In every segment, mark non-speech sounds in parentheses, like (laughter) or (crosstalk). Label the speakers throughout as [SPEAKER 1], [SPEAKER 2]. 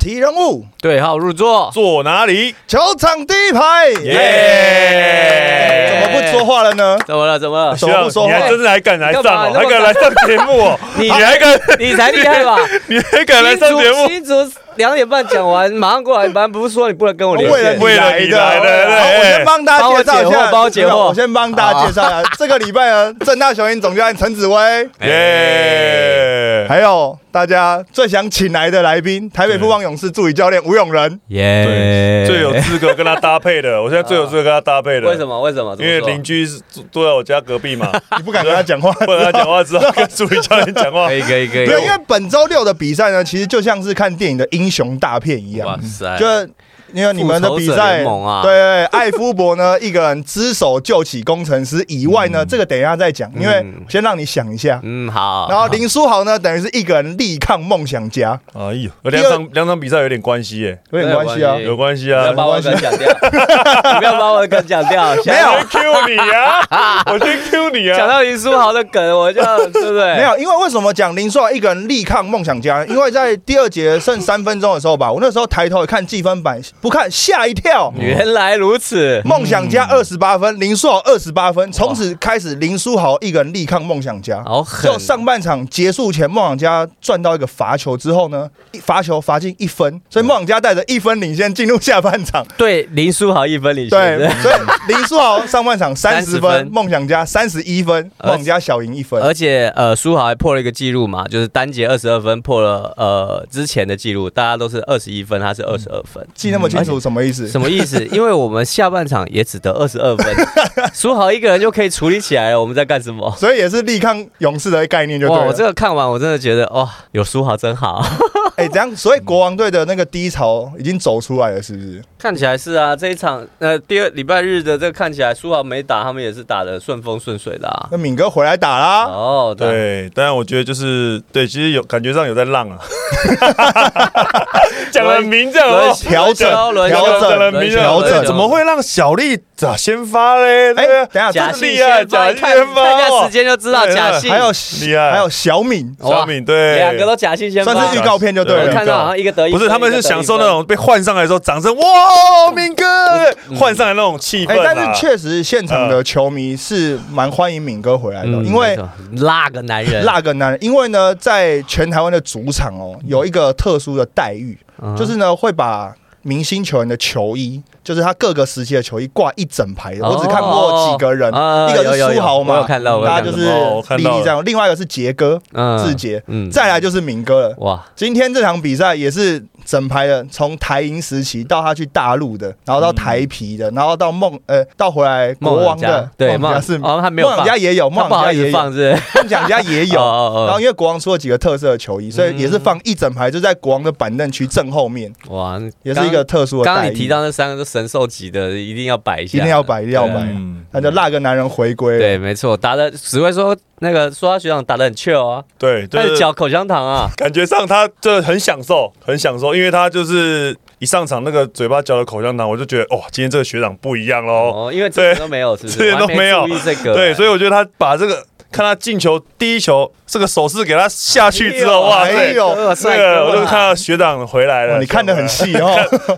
[SPEAKER 1] 题人物，
[SPEAKER 2] 对号入座，
[SPEAKER 3] 坐哪里？
[SPEAKER 1] 球场第一排。
[SPEAKER 3] 耶
[SPEAKER 1] 怎么不说话了呢？
[SPEAKER 2] 怎么了？怎么了？
[SPEAKER 1] 怎么不说
[SPEAKER 3] 你
[SPEAKER 1] 话
[SPEAKER 3] 还真的还敢来上哦
[SPEAKER 2] 你干，嘛
[SPEAKER 3] 还敢来上节目哦？
[SPEAKER 2] 你
[SPEAKER 3] 你还敢，
[SPEAKER 2] 你才厉害吧！
[SPEAKER 3] 你还敢来上节目？
[SPEAKER 2] 新竹新竹两点半讲完，马上过来。本来不是说你不能跟我连
[SPEAKER 1] 为了
[SPEAKER 2] 线
[SPEAKER 1] 你，
[SPEAKER 3] 为了
[SPEAKER 1] 来
[SPEAKER 3] 你
[SPEAKER 1] 的，
[SPEAKER 3] 来的
[SPEAKER 1] 好
[SPEAKER 3] 对
[SPEAKER 1] 我先帮大家介绍一下，
[SPEAKER 2] 帮我解惑帮我解惑
[SPEAKER 1] 我先帮大家介绍一
[SPEAKER 2] (laughs)
[SPEAKER 1] 下，这个礼拜呢，正大雄鹰总教练陈紫薇，
[SPEAKER 3] 耶！
[SPEAKER 1] 还有大家最想请来的来宾，台北富邦勇士助理教练吴永仁。
[SPEAKER 2] 耶
[SPEAKER 3] 最有资格跟他搭配的，我现在最有资格跟他搭配的。
[SPEAKER 2] 啊为什？么？为什么？
[SPEAKER 3] 因为
[SPEAKER 2] 怎么说
[SPEAKER 3] 邻居是住住在我家隔壁嘛，
[SPEAKER 1] 你不敢跟他讲
[SPEAKER 2] (laughs)
[SPEAKER 1] 话，
[SPEAKER 3] 不然他讲话之后跟助理教练讲话
[SPEAKER 2] 可。以可以可以
[SPEAKER 1] 没有，因为本周六的比赛呢，其实就像是看电影的英雄大片一样
[SPEAKER 2] 哇，塞，
[SPEAKER 1] 就是因为你们的比
[SPEAKER 2] 哎复仇者
[SPEAKER 1] 赛
[SPEAKER 2] 联，盟啊
[SPEAKER 1] 对，艾夫伯呢一个人只手救起工程师以外呢，这个等一下再讲，因为
[SPEAKER 2] 嗯
[SPEAKER 1] 先让你想一下。
[SPEAKER 2] 嗯好，
[SPEAKER 1] 然后林书豪呢，等于是一个人力抗梦想家，
[SPEAKER 3] 哎呦，两场两场比赛有点关系耶，
[SPEAKER 1] 有点关系啊
[SPEAKER 2] 对。
[SPEAKER 3] 有关系
[SPEAKER 2] 不
[SPEAKER 3] 啊
[SPEAKER 2] 要。把我的梗讲掉， (laughs) 你不要把我的梗讲掉，
[SPEAKER 1] 没有
[SPEAKER 3] 我先 Q 你啊，我先 Q 你
[SPEAKER 2] 讲
[SPEAKER 3] 啊。
[SPEAKER 2] 到林书豪的梗，我就对不对？
[SPEAKER 1] 没有，因为为什么讲林书豪一个人力抗梦想家？因为在第二节剩三分钟的时候吧，我那时候抬头一看计分板，不看吓一跳，
[SPEAKER 2] 原来如此，
[SPEAKER 1] (laughs) 梦想
[SPEAKER 2] 嗯
[SPEAKER 1] 家二十八分，林书豪二十八分，从此开始林书豪一个人力抗梦想家。
[SPEAKER 2] 好狠
[SPEAKER 1] 就！上半场结束前，梦想家赚到一个罚球之后呢，一罚球罚进一分，所以梦想家带着一分领先进入下半
[SPEAKER 2] (laughs)
[SPEAKER 1] 场。
[SPEAKER 2] 对林书豪一分领先，
[SPEAKER 1] 对，所以林书豪上
[SPEAKER 2] (laughs)
[SPEAKER 1] 半场三十
[SPEAKER 2] 30
[SPEAKER 1] 分
[SPEAKER 2] 分，
[SPEAKER 1] 梦想家三十一分，
[SPEAKER 2] 而
[SPEAKER 1] 梦想家小赢一分。
[SPEAKER 2] 而且呃，书豪还破了一个记录嘛，就是单节二十二分，破了呃之前的记录，大家都是二十一分，他是二十二分。
[SPEAKER 1] 记那么清楚什么意思？
[SPEAKER 2] 嗯什么意思？因为我们下半场也只得二十
[SPEAKER 1] (laughs)
[SPEAKER 2] 二分，书豪一个人就可以处理起来了。我们在干什么？
[SPEAKER 1] 所以也是力抗勇士的概念就对
[SPEAKER 2] 哇！我
[SPEAKER 1] 了
[SPEAKER 2] 这。个看完，我真的觉得哇，有书豪真好。
[SPEAKER 1] (laughs) 哎，这样，所以国王队的那个低潮已经走出来了，是不是？
[SPEAKER 2] 看起来是啊，这一场呃第二礼拜日的这个看起来书豪没打，他们也是打的顺风顺水的啊。
[SPEAKER 1] 那敏哥回来打啦，
[SPEAKER 2] 哦，对，
[SPEAKER 3] 对，但我觉得就是对，其实有感觉上有在浪
[SPEAKER 2] (laughs)
[SPEAKER 3] 啊，讲的明这样好不
[SPEAKER 2] 轮
[SPEAKER 3] 好
[SPEAKER 1] 调整
[SPEAKER 2] 休轮
[SPEAKER 1] 调
[SPEAKER 2] 休
[SPEAKER 1] 整
[SPEAKER 2] 轮休
[SPEAKER 3] 调整
[SPEAKER 1] 调整
[SPEAKER 2] 轮休
[SPEAKER 3] 怎么会让小丽咋先发嘞？
[SPEAKER 1] 哎
[SPEAKER 3] 对，啊
[SPEAKER 1] 等一下
[SPEAKER 2] (laughs) 假
[SPEAKER 3] 这是
[SPEAKER 2] 戏
[SPEAKER 3] 厉害
[SPEAKER 2] 先发
[SPEAKER 3] 假戏
[SPEAKER 2] 看
[SPEAKER 3] 先发
[SPEAKER 2] 看一下
[SPEAKER 3] 哦
[SPEAKER 2] 时间就知道
[SPEAKER 3] 对
[SPEAKER 2] 假
[SPEAKER 3] 对
[SPEAKER 2] 戏，
[SPEAKER 1] 还有
[SPEAKER 3] 厉害
[SPEAKER 1] 还有小敏，
[SPEAKER 2] 哇
[SPEAKER 3] 小敏对，
[SPEAKER 2] 啊两个都假戏先发，
[SPEAKER 1] 算是预告片就对
[SPEAKER 2] 我
[SPEAKER 1] 了
[SPEAKER 2] 看到好像一个得一分，
[SPEAKER 3] 不是，他们
[SPEAKER 2] 一
[SPEAKER 3] 是
[SPEAKER 2] 个得一
[SPEAKER 3] 享
[SPEAKER 2] 分
[SPEAKER 3] 受那种被换上来的时候掌声，哇，明哥
[SPEAKER 2] 嗯
[SPEAKER 3] 换上来那种气
[SPEAKER 1] 哎、
[SPEAKER 3] 氛啊。
[SPEAKER 1] 但是确实现场的球迷是蛮欢迎敏哥回来的，
[SPEAKER 2] 嗯
[SPEAKER 1] 因为
[SPEAKER 2] 没错辣个男人，
[SPEAKER 1] 那个男人，因为呢，在全台湾的主场哦，有一个特殊的待遇，
[SPEAKER 2] 嗯
[SPEAKER 1] 就是呢会把明星球员的球衣，就是他各个时期的球衣挂一整排的。
[SPEAKER 2] 哦
[SPEAKER 1] 我只看过几个人，
[SPEAKER 2] 啊
[SPEAKER 1] 一个
[SPEAKER 2] 有
[SPEAKER 1] 是
[SPEAKER 2] 有
[SPEAKER 1] 书
[SPEAKER 2] 有
[SPEAKER 1] 豪
[SPEAKER 2] 我
[SPEAKER 1] 嘛，
[SPEAKER 2] 有看到，我有
[SPEAKER 1] 大家
[SPEAKER 2] 看到
[SPEAKER 1] 就是
[SPEAKER 3] 哦我看
[SPEAKER 1] 立
[SPEAKER 3] 到了
[SPEAKER 1] 这样，另外一个是杰哥、
[SPEAKER 2] 嗯
[SPEAKER 1] 志杰，
[SPEAKER 2] 嗯
[SPEAKER 1] 再来就是敏哥了。
[SPEAKER 2] 哇，
[SPEAKER 1] 今天这场比赛也是整排的，从台银时期到他去大陆的，然后到台皮的，然后到梦呃到回来国王
[SPEAKER 2] 梦想
[SPEAKER 1] 的
[SPEAKER 2] 家，对
[SPEAKER 1] 梦想
[SPEAKER 2] 梦
[SPEAKER 1] 是
[SPEAKER 2] 哦他没有
[SPEAKER 1] 梦
[SPEAKER 2] 放
[SPEAKER 1] 想家也有，
[SPEAKER 2] 他
[SPEAKER 1] 梦
[SPEAKER 2] 不
[SPEAKER 1] 想
[SPEAKER 2] 好
[SPEAKER 1] 家
[SPEAKER 2] 意
[SPEAKER 1] 也
[SPEAKER 2] 思
[SPEAKER 1] 有，
[SPEAKER 2] 放是不是
[SPEAKER 1] 梦想家也有。
[SPEAKER 2] (laughs) 哦
[SPEAKER 1] 然后
[SPEAKER 2] 哦
[SPEAKER 1] 因为国王出了几个特色的球衣，所以也是放一整排，就在国王的板凳区正后面，
[SPEAKER 2] 哦哇，
[SPEAKER 1] 也是一个特殊的
[SPEAKER 2] 刚。刚
[SPEAKER 1] 待
[SPEAKER 2] 刚
[SPEAKER 1] 遇。
[SPEAKER 2] 你提到那三个都神兽级的，一定要摆一下，
[SPEAKER 1] 一定要摆一定要摆
[SPEAKER 3] 嗯，
[SPEAKER 1] 那就那个男人回归了。
[SPEAKER 2] 对，没错，打的只会说那个说他学长打的很 chill 啊，
[SPEAKER 3] 对，就
[SPEAKER 2] 但是
[SPEAKER 3] 是
[SPEAKER 2] 嚼口香糖啊，
[SPEAKER 3] 感觉上他就很享受，很享受，因为他就是一上场那个嘴巴嚼的口香糖，我就觉得哇，今天这个学长不一样喽。
[SPEAKER 2] 哦，因为之前
[SPEAKER 3] 对
[SPEAKER 2] 都没有，是不是？
[SPEAKER 3] 之前都没有
[SPEAKER 2] 我还注意这个，啊
[SPEAKER 3] 对，所以我觉得他把这个看他进球第一球这个手势给他下去之后，哇
[SPEAKER 1] 哎
[SPEAKER 3] 塞！
[SPEAKER 1] 呦
[SPEAKER 2] 哥啊
[SPEAKER 3] 这
[SPEAKER 2] 帅哥
[SPEAKER 3] 个
[SPEAKER 2] 啊
[SPEAKER 3] 我就看到学长回来
[SPEAKER 1] 哦
[SPEAKER 3] 了，啊
[SPEAKER 1] 你看得很细
[SPEAKER 2] (laughs)
[SPEAKER 1] 哦，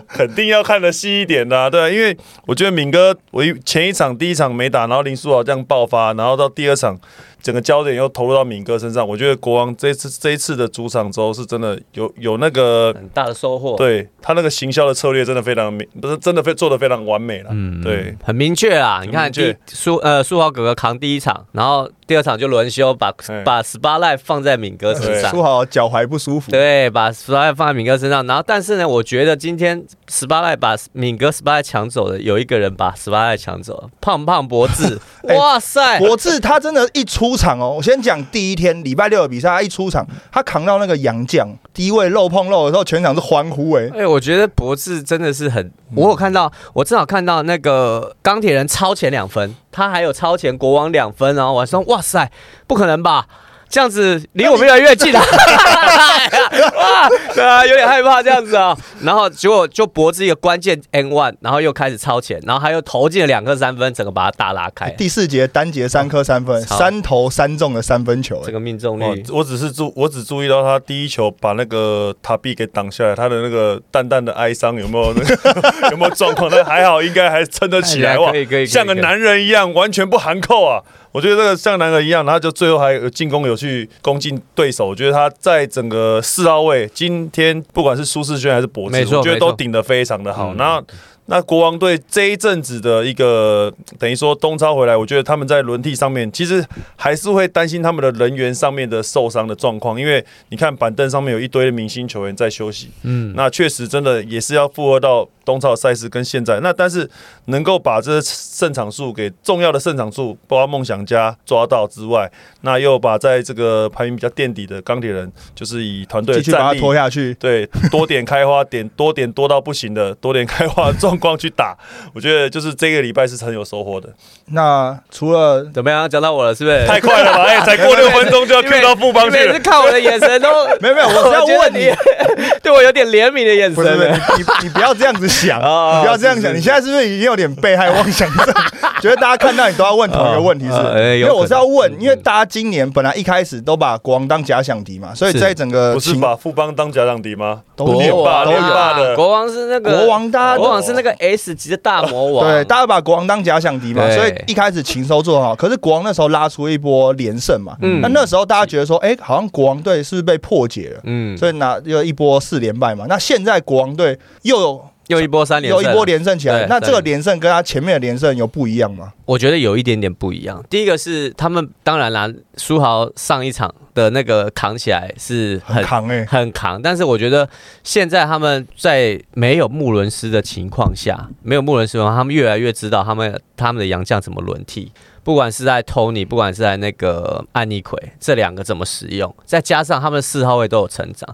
[SPEAKER 3] 肯定要看得细一点的啊、对啊、因为我觉得敏哥，我一前一场第一场没打，然后林书豪这样爆发，然后到第二场，整个焦点又投入到敏哥身上。我觉得国王这次 (laughs) 这一次的主场周是真的有有那个，
[SPEAKER 2] 很大的收
[SPEAKER 1] 哦
[SPEAKER 2] 获，，
[SPEAKER 3] 对他那个行销的策略真的非常明，不是真的非做的非常完美了。
[SPEAKER 2] 嗯
[SPEAKER 3] 对，
[SPEAKER 2] 很明确啊！你看
[SPEAKER 3] 明确
[SPEAKER 2] 第苏呃苏豪哥哥扛第一场，然后第二场就轮休，把
[SPEAKER 3] 对
[SPEAKER 2] 把 SPA Life 放在敏哥
[SPEAKER 1] (laughs)
[SPEAKER 2] 身上
[SPEAKER 1] 舒。豪脚踝不舒服，，
[SPEAKER 2] 对，把 SPA Life 放在敏哥身上，然后但是呢，我觉得今天 SPA Life 把敏哥 SPA Life 抢走的，有一个人把 SPA Life 抢走了，胖胖博智
[SPEAKER 1] 哎
[SPEAKER 2] 哇 (laughs) 塞，
[SPEAKER 1] 博智他真的，一出场哦，我先讲第一天礼拜六的比赛，他一出场，他扛到那个洋将第一位肉碰肉的时候，全场是欢呼哎、
[SPEAKER 2] 哎、我觉得博智真的是很，嗯我有看到，我正好看到那个钢铁人超前两分，他还有超前国王两分，然后我还说哇塞，不可能吧？这样子离我们越来越 (laughs) 近了，哇，对啊，有点害怕这样子啊。然后结果就博智一个关键 N one，然后又开始超前，然后他又投进了两个三分，整个把他大拉
[SPEAKER 3] 哎
[SPEAKER 2] 开，
[SPEAKER 1] 第四节单节三颗三分，
[SPEAKER 2] 操
[SPEAKER 1] 三投三中的三分球、
[SPEAKER 2] 这
[SPEAKER 1] 欸，
[SPEAKER 2] 个命中
[SPEAKER 3] 哦
[SPEAKER 2] 率，
[SPEAKER 3] 我只是注，我只注意到他第一球把那个塔比给挡下来，他的那个淡淡的哀伤有没有那 (laughs) 个有没有状况？但还好，应该还撑得起来
[SPEAKER 2] 哎
[SPEAKER 3] 哇
[SPEAKER 2] 可以可以可以，
[SPEAKER 3] 像个
[SPEAKER 2] 可以
[SPEAKER 3] 男人一样，完全不含扣啊！我觉得这个像男人一样，然后就最后还有进攻有去攻进对手。我觉得他在整个四号位，今天不管是舒适圈还是博
[SPEAKER 2] 没
[SPEAKER 3] 智，
[SPEAKER 2] 错
[SPEAKER 3] 我觉得
[SPEAKER 2] 没
[SPEAKER 3] 都
[SPEAKER 2] 错
[SPEAKER 3] 顶得非常的好。
[SPEAKER 2] 嗯
[SPEAKER 3] 那那国王队这一阵子的一个等于说东超回来，我觉得他们在轮替上面其实还是会担心他们的人员上面的受伤的状况，因为你看板凳上面有一堆的明星球员在休息，
[SPEAKER 2] 嗯，
[SPEAKER 3] 那确实真的也是要负荷到东超赛事跟现在。那但是能够把这胜场数给重要的胜场数，包括梦想家抓到之外，那又把在这个排名比较垫底的钢铁人，就是以团队的
[SPEAKER 1] 继续把
[SPEAKER 3] 战
[SPEAKER 1] 它
[SPEAKER 3] 力
[SPEAKER 1] 拖下去。
[SPEAKER 3] 对，多点开花，点多点多到不行的，多点开花的状况去打，我觉得就是这个礼拜是很有收
[SPEAKER 1] (laughs)
[SPEAKER 3] 获的。
[SPEAKER 1] 那除了
[SPEAKER 2] 怎么样？讲到我了是不是？
[SPEAKER 3] 太快了吧？哎、才过六分钟就要 Q 到副帮
[SPEAKER 2] 你
[SPEAKER 3] 去
[SPEAKER 2] 每次
[SPEAKER 3] 了。
[SPEAKER 2] 看我的眼神都
[SPEAKER 1] (laughs) 没有没有，我是
[SPEAKER 2] (laughs)
[SPEAKER 1] 要
[SPEAKER 2] 觉得
[SPEAKER 1] 问你，，
[SPEAKER 2] (laughs) 对我有点怜悯的眼
[SPEAKER 1] 不是不是，
[SPEAKER 2] 神。
[SPEAKER 1] 你你你不要这样子想，
[SPEAKER 2] (laughs) 哦
[SPEAKER 1] 你不要这样想，
[SPEAKER 2] 是是
[SPEAKER 1] 你现在是不是已经有点被害妄想症？觉得大家看到你都要问同一个问题是
[SPEAKER 2] 哦哎，有
[SPEAKER 1] 因为我是要
[SPEAKER 2] 可
[SPEAKER 1] 问，
[SPEAKER 2] 能
[SPEAKER 1] 因为大家今年本来一开始都把国王当假想敌嘛，所以
[SPEAKER 2] 是
[SPEAKER 1] 在整个
[SPEAKER 3] 不是
[SPEAKER 1] 情
[SPEAKER 3] 把富邦当假想敌吗？
[SPEAKER 1] 呃都有啊
[SPEAKER 3] 国王
[SPEAKER 1] 都
[SPEAKER 3] 连
[SPEAKER 1] 有，
[SPEAKER 3] 霸的
[SPEAKER 2] 哎国王是那个
[SPEAKER 1] 哎国王大家
[SPEAKER 2] 国王是那个 S 级的大魔王，
[SPEAKER 1] 对，大家把国王当假想敌嘛，
[SPEAKER 2] 对
[SPEAKER 1] 所以一开始禽兽做好，可是国王那时候拉出一波连胜嘛，
[SPEAKER 2] 嗯
[SPEAKER 1] 那那时候大家觉得说，哎，好像国王队是不是被破解了？
[SPEAKER 2] 嗯，
[SPEAKER 1] 所以拿又一波四连败嘛，那现在国王队又有
[SPEAKER 2] 又一波三连
[SPEAKER 1] 有
[SPEAKER 2] 胜，
[SPEAKER 1] 一波连胜起来
[SPEAKER 2] 对，
[SPEAKER 1] 那这
[SPEAKER 2] 对
[SPEAKER 1] 个连胜跟他前面的连胜有不一样吗？
[SPEAKER 2] 我觉得有一点点不一样。第一个是他们当然啦，苏豪上一场的那个扛起来是
[SPEAKER 1] 很
[SPEAKER 2] 很
[SPEAKER 1] 扛哎、
[SPEAKER 2] 很扛，但是我觉得现在他们在没有穆伦斯的情况下，没有穆伦斯的话，他们越来越知道他们他们的洋将怎么轮替，不管是在 Tony，不管是在那个安妮奎，这两个怎么使用，再加上他们四号位都有成长。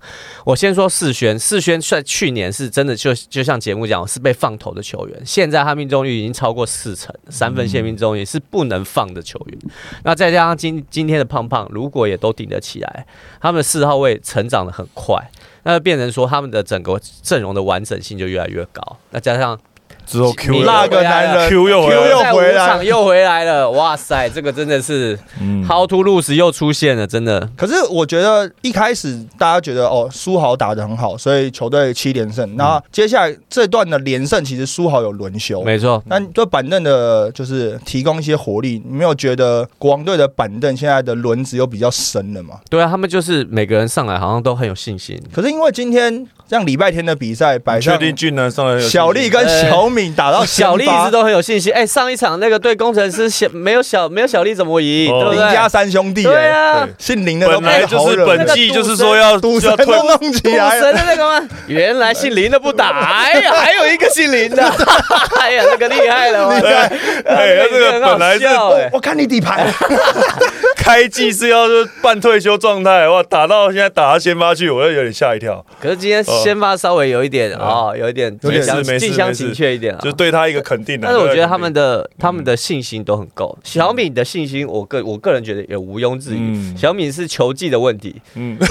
[SPEAKER 2] 我先说世轩，世轩在去年是真的就就像节目讲，是被放投的球员，现在他命中率已经超过四成，三分线命中率是不能放的球员。那再加上今今天的胖胖，如果也都顶得起来，他们的四号位成长的很快，那就变成说他们的整个阵容的完整性就越来越高。那加上
[SPEAKER 3] 之后 Q
[SPEAKER 2] 又
[SPEAKER 1] 那
[SPEAKER 3] 了
[SPEAKER 1] 个男人
[SPEAKER 3] Q 又回来
[SPEAKER 1] 又
[SPEAKER 3] 了
[SPEAKER 2] 在
[SPEAKER 1] 回
[SPEAKER 2] 五
[SPEAKER 1] 来
[SPEAKER 2] 场。又回来了，
[SPEAKER 1] (laughs)
[SPEAKER 2] 哇塞，这个真的是
[SPEAKER 3] 嗯
[SPEAKER 2] How to lose 又出现了，真的。
[SPEAKER 1] 可是我觉得一开始大家觉得哦，苏豪打得很好，所以球队七连胜。那接下来这段的连胜，其实苏豪有轮休，
[SPEAKER 2] 没错，
[SPEAKER 1] 那对板凳的，就是提供一些活力。你没有觉得国王队的板凳现在的轮子又比较深了吗？
[SPEAKER 2] 对啊，他们就是每个人上来好像都很有信心。
[SPEAKER 1] 可是因为今天像礼拜天的比赛，摆
[SPEAKER 3] 你确
[SPEAKER 1] 上
[SPEAKER 3] 定俊男上来有信心
[SPEAKER 1] 哎小丽跟小敏打到
[SPEAKER 2] 小丽一
[SPEAKER 1] 先发
[SPEAKER 2] 直都很有信心，哎、上一场那个对工程师小没有小没有小丽怎么赢，
[SPEAKER 3] 哦
[SPEAKER 2] 对不
[SPEAKER 1] 林
[SPEAKER 2] 对？
[SPEAKER 1] 家三兄弟、
[SPEAKER 2] 对
[SPEAKER 1] 欸，
[SPEAKER 2] 啊
[SPEAKER 3] 对，
[SPEAKER 1] 姓林的都
[SPEAKER 3] 本
[SPEAKER 1] 不
[SPEAKER 3] 来就是
[SPEAKER 1] 好惹
[SPEAKER 3] 本季就是说要
[SPEAKER 1] 赌神
[SPEAKER 3] 就要退
[SPEAKER 1] 都弄
[SPEAKER 2] 赌
[SPEAKER 1] 起来
[SPEAKER 2] 神
[SPEAKER 1] 了。
[SPEAKER 2] 的那个吗？ (laughs) 原来姓林的不打，哎
[SPEAKER 3] (laughs)
[SPEAKER 2] 呀，还有一个姓林的，哎呀，那个厉害了，哇
[SPEAKER 1] 厉害
[SPEAKER 3] 哎
[SPEAKER 2] 那
[SPEAKER 3] 这个
[SPEAKER 2] 很好
[SPEAKER 3] 本来是
[SPEAKER 2] 笑
[SPEAKER 3] (laughs)
[SPEAKER 2] 哎
[SPEAKER 1] 我看你底牌，啊
[SPEAKER 3] 开季是要是半退休状态，哇，打到现在打到先发去，我又有点吓一跳，
[SPEAKER 2] 可是今天先发稍微有一点哦，有一点
[SPEAKER 1] 有
[SPEAKER 2] 近
[SPEAKER 1] 点
[SPEAKER 2] 乡
[SPEAKER 3] 没事
[SPEAKER 2] 近乡
[SPEAKER 3] 没事
[SPEAKER 2] 情怯一点啊。
[SPEAKER 3] 就对他一个肯定啊
[SPEAKER 2] 但是我觉得他
[SPEAKER 3] 对
[SPEAKER 2] 们的他们的信心都很
[SPEAKER 3] 嗯
[SPEAKER 2] 够。小敏的信心，我个我个人觉得也毋庸置疑。
[SPEAKER 3] 嗯
[SPEAKER 2] 小敏是球技的问题，
[SPEAKER 3] 嗯，
[SPEAKER 2] (laughs)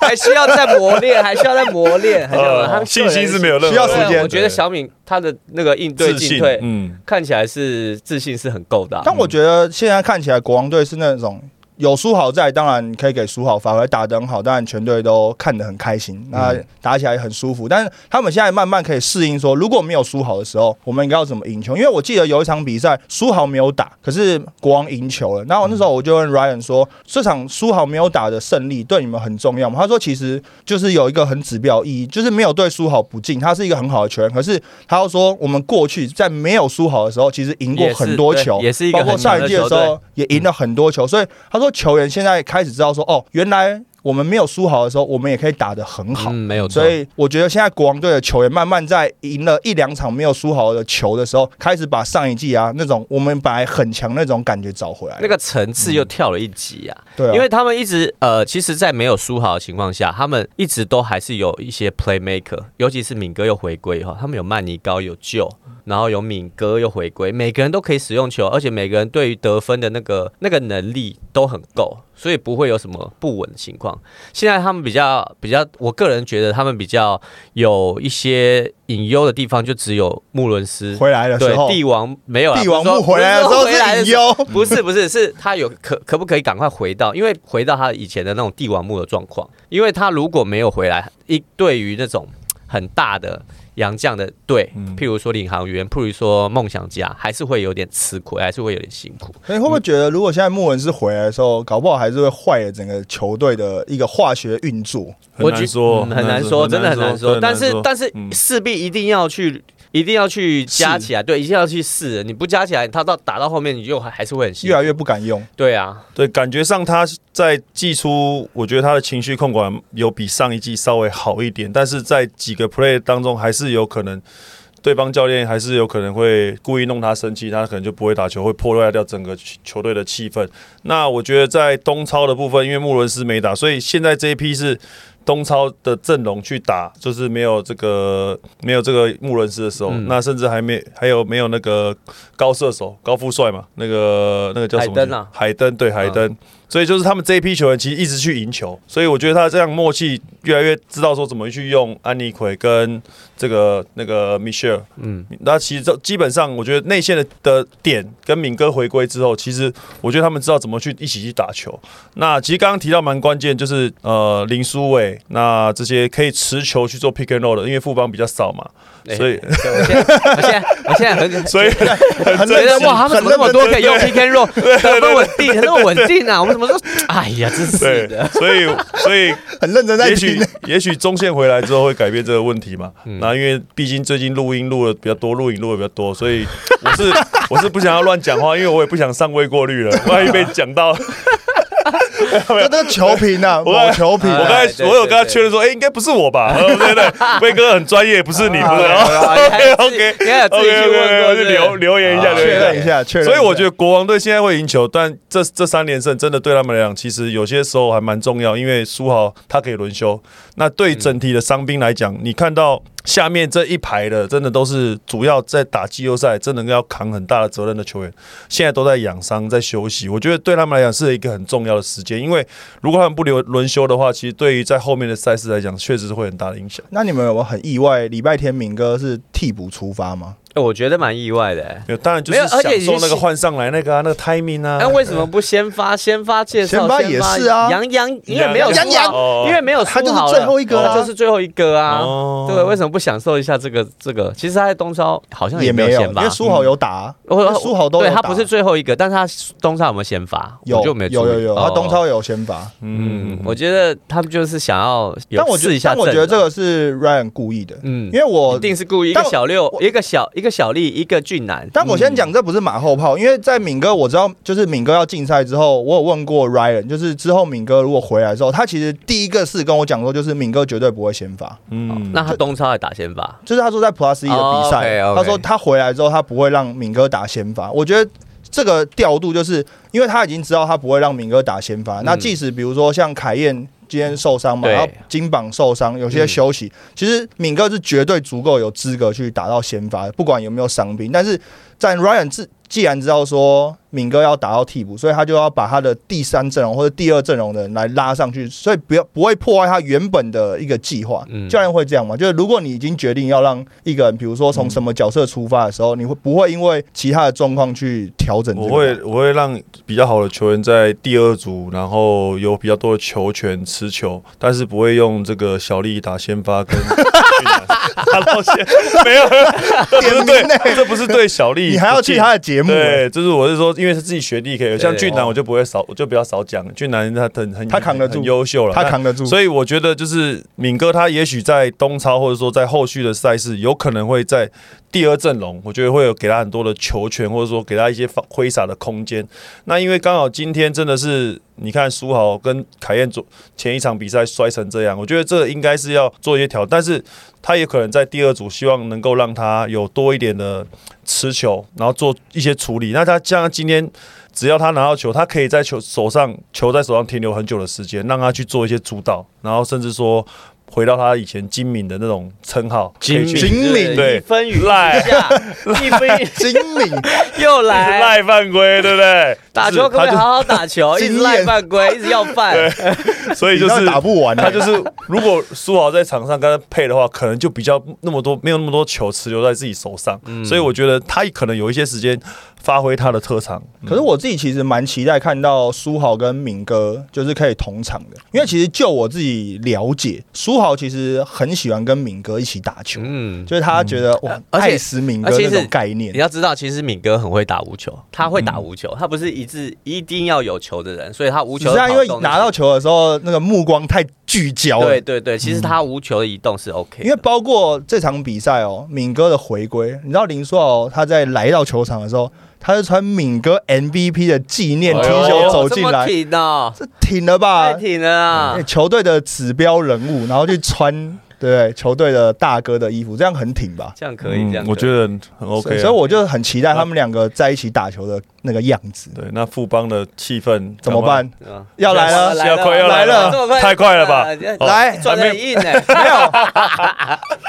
[SPEAKER 2] 还需要再磨练，还需要再磨练，还需要他
[SPEAKER 3] 呃信心是没有任何
[SPEAKER 1] 需要
[SPEAKER 2] 对啊
[SPEAKER 1] 时间
[SPEAKER 2] 我觉得小敏她的那个应对
[SPEAKER 3] 自
[SPEAKER 2] 进
[SPEAKER 3] 信，
[SPEAKER 2] 退，
[SPEAKER 3] 嗯，
[SPEAKER 2] 看起来是自信是很够的啊。
[SPEAKER 1] 但我觉得现在看起来，国王队是那种有苏豪在，当然可以给苏豪发挥，打得很好，当然全队都看得很开心，那
[SPEAKER 2] 嗯
[SPEAKER 1] 打起来也很舒服。但是他们现在慢慢可以适应说，如果没有苏豪的时候，我们应该要怎么赢球？因为我记得有一场比赛，苏豪没有打，可是国王赢球了。然后我那时候我就问 Ryan 说，这场苏豪没有打的胜利对你们很重要吗？他说，其实就是有一个很指标意义，就是没有对苏豪不敬，他是一个很好的球员。可是他又说，我们过去在没有苏豪的时候，其实赢过很多球，
[SPEAKER 2] 也是对也是一个
[SPEAKER 1] 包括
[SPEAKER 2] 很强
[SPEAKER 1] 上
[SPEAKER 2] 的
[SPEAKER 1] 一届的时
[SPEAKER 2] 球
[SPEAKER 1] 候也赢了很多球，所以他说球员现在开始知道说，哦，原来我们没有输好的时候，我们也可以打得很好。
[SPEAKER 2] 嗯，没有错
[SPEAKER 1] 所。以我觉得现在国王队的球员慢慢在赢了一两场没有输好的球的时候，开始把上一季啊那种我们本来很强那种感觉找回来。
[SPEAKER 2] 那个层次又跳了一级啊，
[SPEAKER 1] 对啊，
[SPEAKER 2] 因为他们一直呃，其实，在没有输好的情况下，他们一直都还是有一些 playmaker，尤其是敏哥又回归以后，他们有曼尼高，有旧，然后有敏哥又回归，每个人都可以使用球，而且每个人对于得分的那个那个能力都很够，所以不会有什么不稳的情况。现在他们比较比较，我个人觉得他们比较有一些隐忧的地方，就只有穆伦斯
[SPEAKER 1] 回来的时
[SPEAKER 2] 对
[SPEAKER 1] 候，
[SPEAKER 2] 帝王没有啦
[SPEAKER 1] 帝王
[SPEAKER 2] 不是
[SPEAKER 1] 木
[SPEAKER 2] 说
[SPEAKER 1] 回来的时
[SPEAKER 2] 不
[SPEAKER 1] 候
[SPEAKER 2] 是说回来
[SPEAKER 1] 是
[SPEAKER 2] 的
[SPEAKER 1] 隐
[SPEAKER 2] 时候
[SPEAKER 1] 忧，
[SPEAKER 2] 不是不是，是他有可可不可以赶快回到，因为回到他以前的那种帝王墓的状况，因为他如果没有回来，一对于那种很大的洋将的队，
[SPEAKER 3] 嗯
[SPEAKER 2] 譬如说领航员，譬如说梦想家，还是会有点吃亏，还是会有点辛苦。
[SPEAKER 1] 所以会不会觉得，如果现在穆文是回来的时候，搞不好还是会坏了整个球队的一个化学运作？
[SPEAKER 3] 很
[SPEAKER 2] 我
[SPEAKER 3] 难
[SPEAKER 2] 觉
[SPEAKER 3] 说，
[SPEAKER 2] 嗯很难说，真的很难说。
[SPEAKER 3] 对
[SPEAKER 2] 但是
[SPEAKER 3] 难
[SPEAKER 2] 但是
[SPEAKER 3] 嗯
[SPEAKER 2] 势必一定要去。一定要去加起来，对，一定要去试。你不加起来，他到打到后面，你就还还是会很辛
[SPEAKER 1] 越
[SPEAKER 2] 苦。
[SPEAKER 1] 来越不敢用。
[SPEAKER 2] (laughs) 对啊，
[SPEAKER 3] 对，感觉上他在季初，我觉得他的情绪控管有比上一季稍微好一点，但是在几个 play 当中，还是有可能对方教练还是有可能会故意弄他生气，他可能就不会打球，会破坏掉整个球球队的气氛。那我觉得在东超的部分，因为穆伦斯没打，所以现在这一批是。东超的阵容去打，就是没有这个没有这个穆伦斯的时候，
[SPEAKER 2] 嗯
[SPEAKER 3] 那甚至还没还有没有那个高射手高富帅嘛，那个那个叫什么
[SPEAKER 2] 海登啊
[SPEAKER 3] 海登对海登，所以就是他们这一批球员其实一直去赢球，所以我觉得他这样默契越来越知道说怎么去用安妮奎跟这个那个 Michelle，
[SPEAKER 2] 嗯，
[SPEAKER 3] 那其实这基本上我觉得内线的的点跟敏哥回归之后，其实我觉得他们知道怎么去一起去打球。那其实刚刚提到蛮关键，就是呃林书伟那这些可以持球去做 pick and roll 的，因为富邦比较少嘛，所以 (laughs)
[SPEAKER 2] 对我现在我现在我现在很 (laughs)
[SPEAKER 3] 所以
[SPEAKER 1] 很
[SPEAKER 2] 觉得
[SPEAKER 1] 珍惜
[SPEAKER 2] 哇，他们怎么那么多可以用 PK roll，得分稳定，那么稳定啊！我们怎么说？哎呀，真是
[SPEAKER 3] 对 (laughs)
[SPEAKER 2] 的。，
[SPEAKER 3] 所以所以
[SPEAKER 2] (laughs)
[SPEAKER 1] 很认真在
[SPEAKER 3] 也
[SPEAKER 1] 听
[SPEAKER 3] 许。 (laughs) 也许中线回来之后会改变这个问题嘛。
[SPEAKER 2] 嗯
[SPEAKER 3] 那因为毕竟最近录音录的比较多，录影录的比较多，所以我是我是不想要乱讲话，因为我也不想上未过滤了，万一被讲到。
[SPEAKER 1] (laughs) 这这个球评啊，
[SPEAKER 3] 我
[SPEAKER 1] 某球评
[SPEAKER 3] (laughs) 我
[SPEAKER 1] 啊
[SPEAKER 3] 刚，才
[SPEAKER 2] 对对
[SPEAKER 3] 我有跟他
[SPEAKER 2] 对
[SPEAKER 3] 确认说，哎，应该不是我吧？ (laughs) 对对对，威哥很专业，不是你，不是。然后
[SPEAKER 2] ，OK，你还有啊自己去问
[SPEAKER 3] (laughs) OK，OK，OK，
[SPEAKER 2] 过，
[SPEAKER 3] 哦我就留留言一下
[SPEAKER 2] 啊
[SPEAKER 3] 留
[SPEAKER 1] 确
[SPEAKER 3] 言
[SPEAKER 1] 认一下，确认一下。
[SPEAKER 3] 所以我觉得国王队现在会赢球，但这这三连胜真的对他们来讲，其实有些时候还蛮重要，因为苏豪他可以轮休。那对整体的伤兵来讲，你看到下面这一排的，真的都是主要在打季后赛，真的要扛很大的责任的球员，现在都在养伤，在休息。我觉得对他们来讲是一个很重要的时间，因为如果他们不留轮休的话，其实对于在后面的赛事来讲，确实是会很大的影响。
[SPEAKER 1] 那你们有没有很意外？礼拜天敏哥是替补出发吗？
[SPEAKER 2] 哎我觉得蛮意外的。哎
[SPEAKER 3] 没有当然就是
[SPEAKER 2] 没有而且
[SPEAKER 3] 享
[SPEAKER 2] 已经
[SPEAKER 3] 受那个
[SPEAKER 2] 是
[SPEAKER 3] 换上来那个啊，那个 timing 啊。
[SPEAKER 2] 那为什么不先发？先发介绍，
[SPEAKER 1] 先发也是啊
[SPEAKER 2] 杨洋因为没有
[SPEAKER 1] 杨
[SPEAKER 2] 输好
[SPEAKER 1] 洋
[SPEAKER 3] 哦
[SPEAKER 2] 因为没有输
[SPEAKER 1] 他就是
[SPEAKER 2] 好了
[SPEAKER 1] 最后一个啊
[SPEAKER 2] 他就是最后一个啊。
[SPEAKER 3] 哦
[SPEAKER 2] 对，为什么不享受一下这个这个？其实他在东超好像
[SPEAKER 1] 也
[SPEAKER 2] 没
[SPEAKER 1] 没有，
[SPEAKER 2] 先
[SPEAKER 1] 因
[SPEAKER 2] 发
[SPEAKER 1] 为，苏豪有打啊，
[SPEAKER 2] 我
[SPEAKER 1] 因为苏豪都
[SPEAKER 2] 对
[SPEAKER 1] 有
[SPEAKER 2] 他
[SPEAKER 1] 打啊
[SPEAKER 2] 不是最后一个，但是他东超有没有先发？
[SPEAKER 1] 有
[SPEAKER 2] 我就没注意
[SPEAKER 1] 有有有，他
[SPEAKER 2] 哦
[SPEAKER 1] 东超有先发，
[SPEAKER 2] 嗯，我觉得他们就是想要有
[SPEAKER 1] 但我觉
[SPEAKER 2] 试一
[SPEAKER 1] 得，
[SPEAKER 2] 下
[SPEAKER 1] 但
[SPEAKER 2] 阵容，啊
[SPEAKER 1] 我觉得这个是 Ryan 故意的，
[SPEAKER 2] 嗯
[SPEAKER 1] 因，为我
[SPEAKER 2] 一定是故意一
[SPEAKER 1] 但
[SPEAKER 2] 个
[SPEAKER 1] 我
[SPEAKER 2] 小六，
[SPEAKER 1] 我
[SPEAKER 2] 一个小一个小丽，一个俊男。
[SPEAKER 1] 但我先讲，这不是马后炮，因为在敏哥我知道，就是敏哥要竞赛之后，我有问过 Ryan，就是之后敏哥如果回来之后，他其实第一个是跟我讲说，就是敏哥绝对不会先发，
[SPEAKER 3] 嗯
[SPEAKER 2] 那他啊东超还打先发，
[SPEAKER 1] 就是他说在 Plus 一的比赛，
[SPEAKER 2] 哦，OK，OK
[SPEAKER 1] 他说他回来之后他不会让敏哥打先发，我觉得。这个调度就是因为他已经知道他不会让敏哥打先发，
[SPEAKER 2] 嗯
[SPEAKER 1] 那即使比如说像凯燕今天受伤嘛，
[SPEAKER 2] 对嗯
[SPEAKER 1] 然后金榜受伤，有些休息，其实敏哥是绝对足够有资格去打到先发，不管有没有伤病。但是在 Ryan 自既然知道说敏哥要打到替补，所以他就要把他的第三阵容或者第二阵容的人来拉上去，所以不要不会破坏他原本的一个计划。
[SPEAKER 2] 嗯
[SPEAKER 1] 教练会这样吗？就是如果你已经决定要让一个人，比如说从什么角色出发的时候，你会不会因为其他的状况去调整、这个
[SPEAKER 3] 我会我会让比较好的球员在第二组，然后有比较多的球权持球，但是不会用这个小丽打先发
[SPEAKER 1] (laughs)
[SPEAKER 3] 跟俊男打到先没有，这不
[SPEAKER 1] 点
[SPEAKER 3] 是
[SPEAKER 1] 名欸
[SPEAKER 3] 对，这不是对小丽，
[SPEAKER 1] 你还要去他的节目、欸哦
[SPEAKER 3] 对，就是我是说，因为是自己学弟可以，像
[SPEAKER 2] 对
[SPEAKER 3] 俊男我就不会少，我就比较少讲，俊男他很很
[SPEAKER 1] 他扛得住
[SPEAKER 3] 很优秀了，
[SPEAKER 1] 他
[SPEAKER 3] 那
[SPEAKER 1] 扛得住。
[SPEAKER 3] 所以我觉得就是敏哥他也许在东超或者说在后续的赛事，有可能会在第二阵容，我觉得会有给他很多的球权，或者说给他一些发挥洒的空间。那因为刚好今天真的是你看苏豪跟凯燕昨前一场比赛摔成这样，我觉得这应该是要做一些调，但是他也可能在第二组希望能够让他有多一点的持球，然后做一些处理。那他像他今天。只要他拿到球，他可以在球手上球在手上停留很久的时间，让他去做一些主导，然后甚至说回到他以前精明的那种称号，
[SPEAKER 2] 精
[SPEAKER 3] 可以
[SPEAKER 2] 明
[SPEAKER 3] 去
[SPEAKER 1] 精明
[SPEAKER 3] 对
[SPEAKER 2] 一分雨
[SPEAKER 3] 赖
[SPEAKER 2] 之下，一分
[SPEAKER 3] (laughs)
[SPEAKER 2] 雨
[SPEAKER 1] 精明，
[SPEAKER 2] 又来。
[SPEAKER 3] 赖犯规，对不对？
[SPEAKER 2] 打
[SPEAKER 3] 就是
[SPEAKER 2] 球可不可
[SPEAKER 3] 他
[SPEAKER 2] 以
[SPEAKER 3] 就
[SPEAKER 2] 好好打球？一
[SPEAKER 1] 经验
[SPEAKER 2] 直赖犯规，一直要犯。
[SPEAKER 3] 所以就
[SPEAKER 1] 你知
[SPEAKER 3] 是
[SPEAKER 1] 道
[SPEAKER 2] 哎
[SPEAKER 1] 打不完啊
[SPEAKER 3] 他就是如果苏豪在场上跟他配的话，可能就比较那么多没有那么多球持留在自己手上，所以我觉得他可能有一些时间发挥他的特长。
[SPEAKER 1] 可是我自己其实蛮期待看到苏豪跟敏哥就是可以同场的，因为其实就我自己了解，苏豪其实很喜欢跟敏哥一起打球，
[SPEAKER 2] 嗯，
[SPEAKER 1] 就是他觉得哇，
[SPEAKER 2] 而且
[SPEAKER 1] 爱死敏哥那种概念
[SPEAKER 2] 你。要知道，其实敏哥很会打无球，他会打无球，他不是一致一定要有球的人，所以他无
[SPEAKER 1] 嗯只
[SPEAKER 2] 球
[SPEAKER 1] 是
[SPEAKER 2] 的
[SPEAKER 1] 他
[SPEAKER 2] 跑
[SPEAKER 1] 因
[SPEAKER 2] 动
[SPEAKER 1] 为
[SPEAKER 2] 是。
[SPEAKER 1] 拿到球的时候，那个目光太聚焦了
[SPEAKER 2] 对。对对，其实他无球的移动是 OK
[SPEAKER 1] 嗯
[SPEAKER 2] 的。
[SPEAKER 1] 因为包括这场比赛哦，敏哥的回归，你知道林书豪他在来到球场的时候，他是穿敏哥 MVP 的纪念 T
[SPEAKER 3] 哎
[SPEAKER 1] 恤
[SPEAKER 3] 呦
[SPEAKER 1] 走进来，
[SPEAKER 2] 这么挺哦，
[SPEAKER 1] 这挺了吧
[SPEAKER 2] 太？挺了啊
[SPEAKER 3] 嗯
[SPEAKER 1] 欸！球队的指标人物，然后去穿对球队的大哥的衣服，这样很挺吧
[SPEAKER 2] 这样可以，这样可以
[SPEAKER 3] 嗯我觉得很 OK
[SPEAKER 1] 所
[SPEAKER 3] 啊。
[SPEAKER 1] 以所以我就很期待他们两个在一起打球的那个样
[SPEAKER 2] (laughs)
[SPEAKER 1] 子，
[SPEAKER 3] 对那富邦的气氛
[SPEAKER 1] 怎么？办？
[SPEAKER 2] 对吧
[SPEAKER 1] 要来了，
[SPEAKER 3] 要快要
[SPEAKER 1] 来了
[SPEAKER 2] 这么快
[SPEAKER 3] 太快了吧
[SPEAKER 2] 啊这
[SPEAKER 3] 哦
[SPEAKER 1] 来
[SPEAKER 2] 转的硬哎，
[SPEAKER 1] 没有，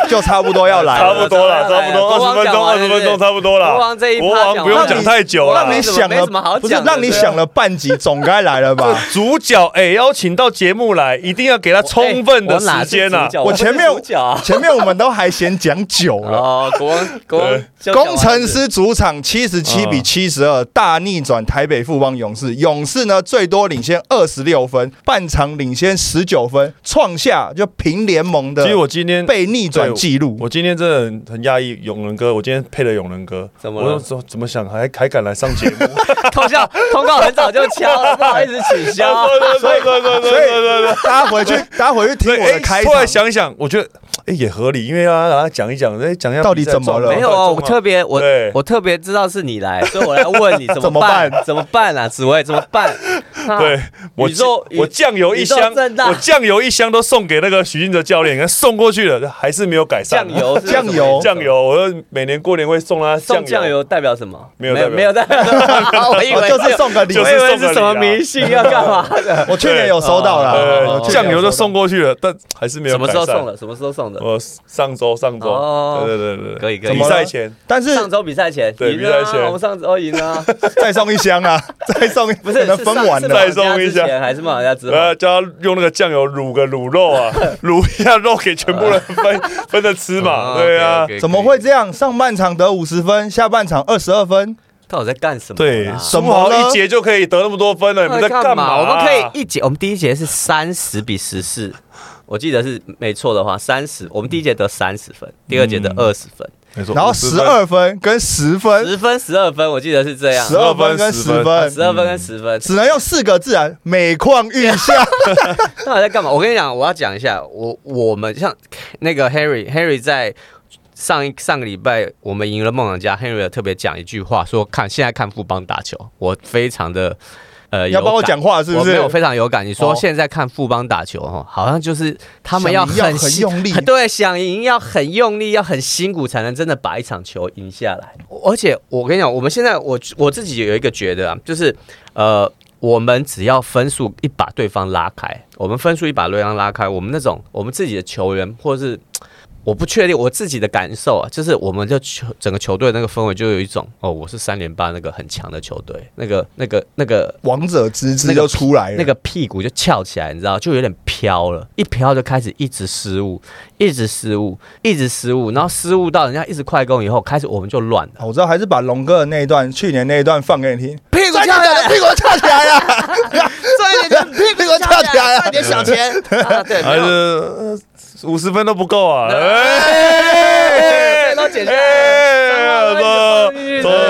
[SPEAKER 1] 就差不多要来
[SPEAKER 3] 差
[SPEAKER 1] 了。
[SPEAKER 3] 不多了，差不多
[SPEAKER 2] 国
[SPEAKER 3] 二
[SPEAKER 2] 王
[SPEAKER 3] 十分
[SPEAKER 2] 讲
[SPEAKER 3] 钟，二
[SPEAKER 2] 完
[SPEAKER 3] 十
[SPEAKER 2] 了
[SPEAKER 3] 分钟差不多了。
[SPEAKER 2] 国王这一趴
[SPEAKER 3] 国王
[SPEAKER 2] 讲
[SPEAKER 3] 不用
[SPEAKER 1] 完了
[SPEAKER 3] 讲太久了
[SPEAKER 1] 让。你想
[SPEAKER 2] 没什么
[SPEAKER 1] 了，
[SPEAKER 2] 好
[SPEAKER 1] 不是
[SPEAKER 2] 讲的
[SPEAKER 1] 让你
[SPEAKER 2] 对啊
[SPEAKER 1] 想了半集，总该来了吧？
[SPEAKER 3] 主角哎、邀请到节目来，一定要给他 (laughs) 充分的时间啊呐、
[SPEAKER 2] 哎
[SPEAKER 1] 我前面
[SPEAKER 2] 讲
[SPEAKER 1] 前面我们都还嫌讲久
[SPEAKER 3] 啊
[SPEAKER 1] 了。
[SPEAKER 2] 啊哦，国王国王就讲完
[SPEAKER 1] 工程师主场七十七比七十二大逆转台北富邦勇士，勇士呢最多领先二十六分，半场领先十九分，创下就平联盟的
[SPEAKER 3] 其实我今天
[SPEAKER 1] 被逆转记录。
[SPEAKER 3] 我今天真的很很压抑，永仁哥，我今天配了永仁哥，
[SPEAKER 2] 怎么了
[SPEAKER 3] 我就说怎么想还还敢来上节目？
[SPEAKER 2] 通告通告很早就敲
[SPEAKER 3] (laughs)
[SPEAKER 2] 了，不好意思取消。
[SPEAKER 3] 所以所以所以
[SPEAKER 1] 所以大家回去，大家回去听我的开
[SPEAKER 3] 哎突然
[SPEAKER 1] 场。
[SPEAKER 3] 想想，我觉得哎也合理，因为啊，然后讲一讲，哎讲一下
[SPEAKER 1] 到底怎么了
[SPEAKER 2] 没有啊，我特别我
[SPEAKER 3] 对
[SPEAKER 2] 我特别知道是你来，所以我来问
[SPEAKER 3] (laughs)
[SPEAKER 2] 你怎
[SPEAKER 1] 怎么
[SPEAKER 2] 么办
[SPEAKER 1] 办？
[SPEAKER 2] 怎么办啊，紫薇怎么办？啊
[SPEAKER 3] 对，我
[SPEAKER 2] 宇宙宇
[SPEAKER 3] 我酱油一箱
[SPEAKER 2] 宇宙正，大
[SPEAKER 3] 我酱油一箱都送给那个许晋哲教练，看送过去了，还是没有改善
[SPEAKER 2] 酱。油是
[SPEAKER 1] 酱
[SPEAKER 2] 什么
[SPEAKER 1] 油
[SPEAKER 3] 酱油，我就每年过年会送他
[SPEAKER 2] 送酱，油代表什么？
[SPEAKER 3] 没有代表哦
[SPEAKER 2] 没有代
[SPEAKER 3] (laughs)
[SPEAKER 2] 表什么，我以
[SPEAKER 1] 我
[SPEAKER 2] 为
[SPEAKER 1] 哦就是送个礼
[SPEAKER 3] 就
[SPEAKER 2] 我
[SPEAKER 1] 物，哎
[SPEAKER 2] 以
[SPEAKER 3] 是
[SPEAKER 2] 为
[SPEAKER 3] 送个
[SPEAKER 2] 是什么
[SPEAKER 3] 礼啊
[SPEAKER 2] 迷信要干嘛的？
[SPEAKER 1] 我去年有收到
[SPEAKER 3] 呃
[SPEAKER 1] 了
[SPEAKER 2] 哦，
[SPEAKER 1] 我去年有收到
[SPEAKER 3] 酱油都送。过去了，但还 (laughs) 是没有
[SPEAKER 2] 什么时候
[SPEAKER 3] 改善
[SPEAKER 2] 送？的？什么时候送的？
[SPEAKER 3] 我上周上周，
[SPEAKER 2] 哦
[SPEAKER 3] 对对对对，
[SPEAKER 2] 可以可以
[SPEAKER 3] 比赛前
[SPEAKER 1] 但是
[SPEAKER 2] 上周比赛前
[SPEAKER 3] 对
[SPEAKER 2] 赢了
[SPEAKER 3] 比赛前
[SPEAKER 2] 啊，我们上周赢
[SPEAKER 3] (laughs)
[SPEAKER 2] 了啊，
[SPEAKER 1] 再送一箱啊，再送一
[SPEAKER 2] 不是
[SPEAKER 1] 可能
[SPEAKER 2] 是
[SPEAKER 1] 分
[SPEAKER 2] 上
[SPEAKER 1] 完
[SPEAKER 2] 是
[SPEAKER 1] 了。
[SPEAKER 3] 再送一
[SPEAKER 2] 马来西
[SPEAKER 3] 下
[SPEAKER 2] 亚之前还是马来西亚之后？
[SPEAKER 3] 呃，叫他用那个酱油卤个卤肉
[SPEAKER 2] (laughs)
[SPEAKER 3] 啊，卤一下肉给全部人分分着吃嘛，
[SPEAKER 2] 哦
[SPEAKER 3] 对啊，
[SPEAKER 1] 怎么会这样？上半场得五十分，下半场二十二分，
[SPEAKER 2] 到底在干什么？
[SPEAKER 3] 对，
[SPEAKER 1] 什
[SPEAKER 3] 苏
[SPEAKER 1] 么
[SPEAKER 3] 豪
[SPEAKER 1] 呢
[SPEAKER 3] 一节就可以得那么多分了，你们在干嘛啊？
[SPEAKER 2] 哎我们可以一节，我们第一节是三十比十四，我记得是没错的话，三十，我们第一节得三十分，第二节
[SPEAKER 3] 嗯
[SPEAKER 2] 得二十分，
[SPEAKER 3] 没错
[SPEAKER 1] 然后十二分跟十分，
[SPEAKER 2] 十分十二分，我记得是这样，啊
[SPEAKER 1] 十二分跟十
[SPEAKER 3] 12
[SPEAKER 1] 分，
[SPEAKER 2] 十二分跟十分，
[SPEAKER 1] 只能用四个字啊，每况愈下。
[SPEAKER 2] (laughs) 到底在干嘛？我跟你讲，我要讲一下，我我们像那个 Harry Harry 在上一上个礼拜我们赢了梦想家，Harry 有特别讲一句话，说看现在看富邦打球，我非常的呃
[SPEAKER 1] 你要帮我
[SPEAKER 2] 有感
[SPEAKER 1] 讲话是不
[SPEAKER 2] 我
[SPEAKER 1] 是？
[SPEAKER 2] 没有非常有感。你说
[SPEAKER 1] 哦
[SPEAKER 2] 现在看富邦打球哦，好像就是他们要
[SPEAKER 1] 想赢要
[SPEAKER 2] 很
[SPEAKER 1] 很
[SPEAKER 2] 辛
[SPEAKER 1] 用力
[SPEAKER 2] 很 (laughs) 对，想赢要很用力，要很辛苦才能真的把一场球赢下来。而且我跟你讲，我们现在我我自己有一个觉得啊，就是呃，我们只要分数一把对方拉开，我们分数一把对方拉开，我们那种我们自己的球员或是。我不确定我自己的感受啊，就是我们就球整个球队那个氛围就有一种哦，我是三连霸那个很强的球队，那个那个那个
[SPEAKER 1] 王者之姿
[SPEAKER 2] 那个
[SPEAKER 1] 就出来了。
[SPEAKER 2] 那个屁股就翘起来，你知道，就有点飘了，一飘就开始一直失误，一直失误，一直失误，然后失误到人家一直快攻以后，开始我们就乱了，
[SPEAKER 1] 哦好我知道，还是把龙哥的那一段，去年那一段放给你 (laughs) 听。
[SPEAKER 2] 屁股
[SPEAKER 1] 站起
[SPEAKER 2] (laughs)
[SPEAKER 1] 来，屁股翘起来呀！
[SPEAKER 2] 快点，
[SPEAKER 1] (laughs)
[SPEAKER 2] 屁
[SPEAKER 1] 股翘起来快
[SPEAKER 2] 点小钱，啊，对，没
[SPEAKER 3] 还
[SPEAKER 2] 有，
[SPEAKER 3] 是五十分都不够啊！
[SPEAKER 2] 哎
[SPEAKER 3] 哎，
[SPEAKER 2] 都解下
[SPEAKER 3] 哎
[SPEAKER 2] 来了
[SPEAKER 3] 说
[SPEAKER 2] 三万块钱
[SPEAKER 3] 说
[SPEAKER 2] 对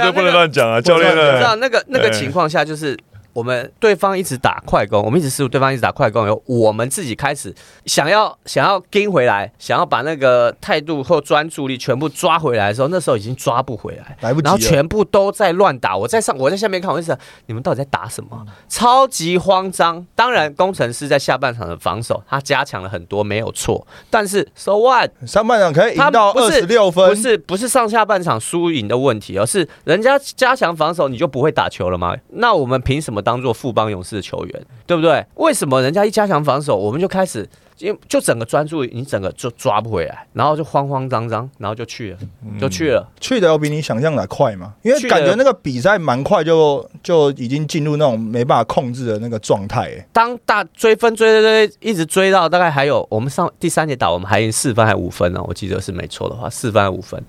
[SPEAKER 2] 啊
[SPEAKER 3] 这不能乱讲啊，
[SPEAKER 2] 我
[SPEAKER 3] 教练
[SPEAKER 2] 知道知道
[SPEAKER 3] 呢？
[SPEAKER 2] 那个那个
[SPEAKER 3] 哎
[SPEAKER 2] 情况下，就是我们对方一直打快攻，我们一直失误，对方一直打快攻以后，我们自己开始想要想要跟回来，想要把那个态度或专注力全部抓回来的时候，那时候已经抓不回来，
[SPEAKER 1] 来不及了
[SPEAKER 2] 然后全部都在乱打。我在上我在下面看，我就想你们到底在打什么？超级慌张。当然，工程师在下半场的防守他加强了很多，没有错。但是 so what？
[SPEAKER 1] 上半场可以赢到
[SPEAKER 2] 他
[SPEAKER 1] 二
[SPEAKER 2] 不是
[SPEAKER 1] 十六分
[SPEAKER 2] 不，是不是上下半场输赢的问题，而是人家加强防守，你就不会打球了吗？那我们凭什么么当做富邦勇士的球员，对不对？为什么人家一加强防守，我们就开始因为就整个专注，你整个就抓不回来，然后就慌慌张张，然后就去了，就去了。
[SPEAKER 1] 去的有比你想象的快嘛？因为
[SPEAKER 2] 去的
[SPEAKER 1] 感觉那个比赛蛮快就就已经进入那种没办法控制的那个状态、欸。
[SPEAKER 2] 当大追分追追追，一直追到大概还有我们上第三节打，我们还赢四分还五分呢、我记得是没错的话，四分还五分，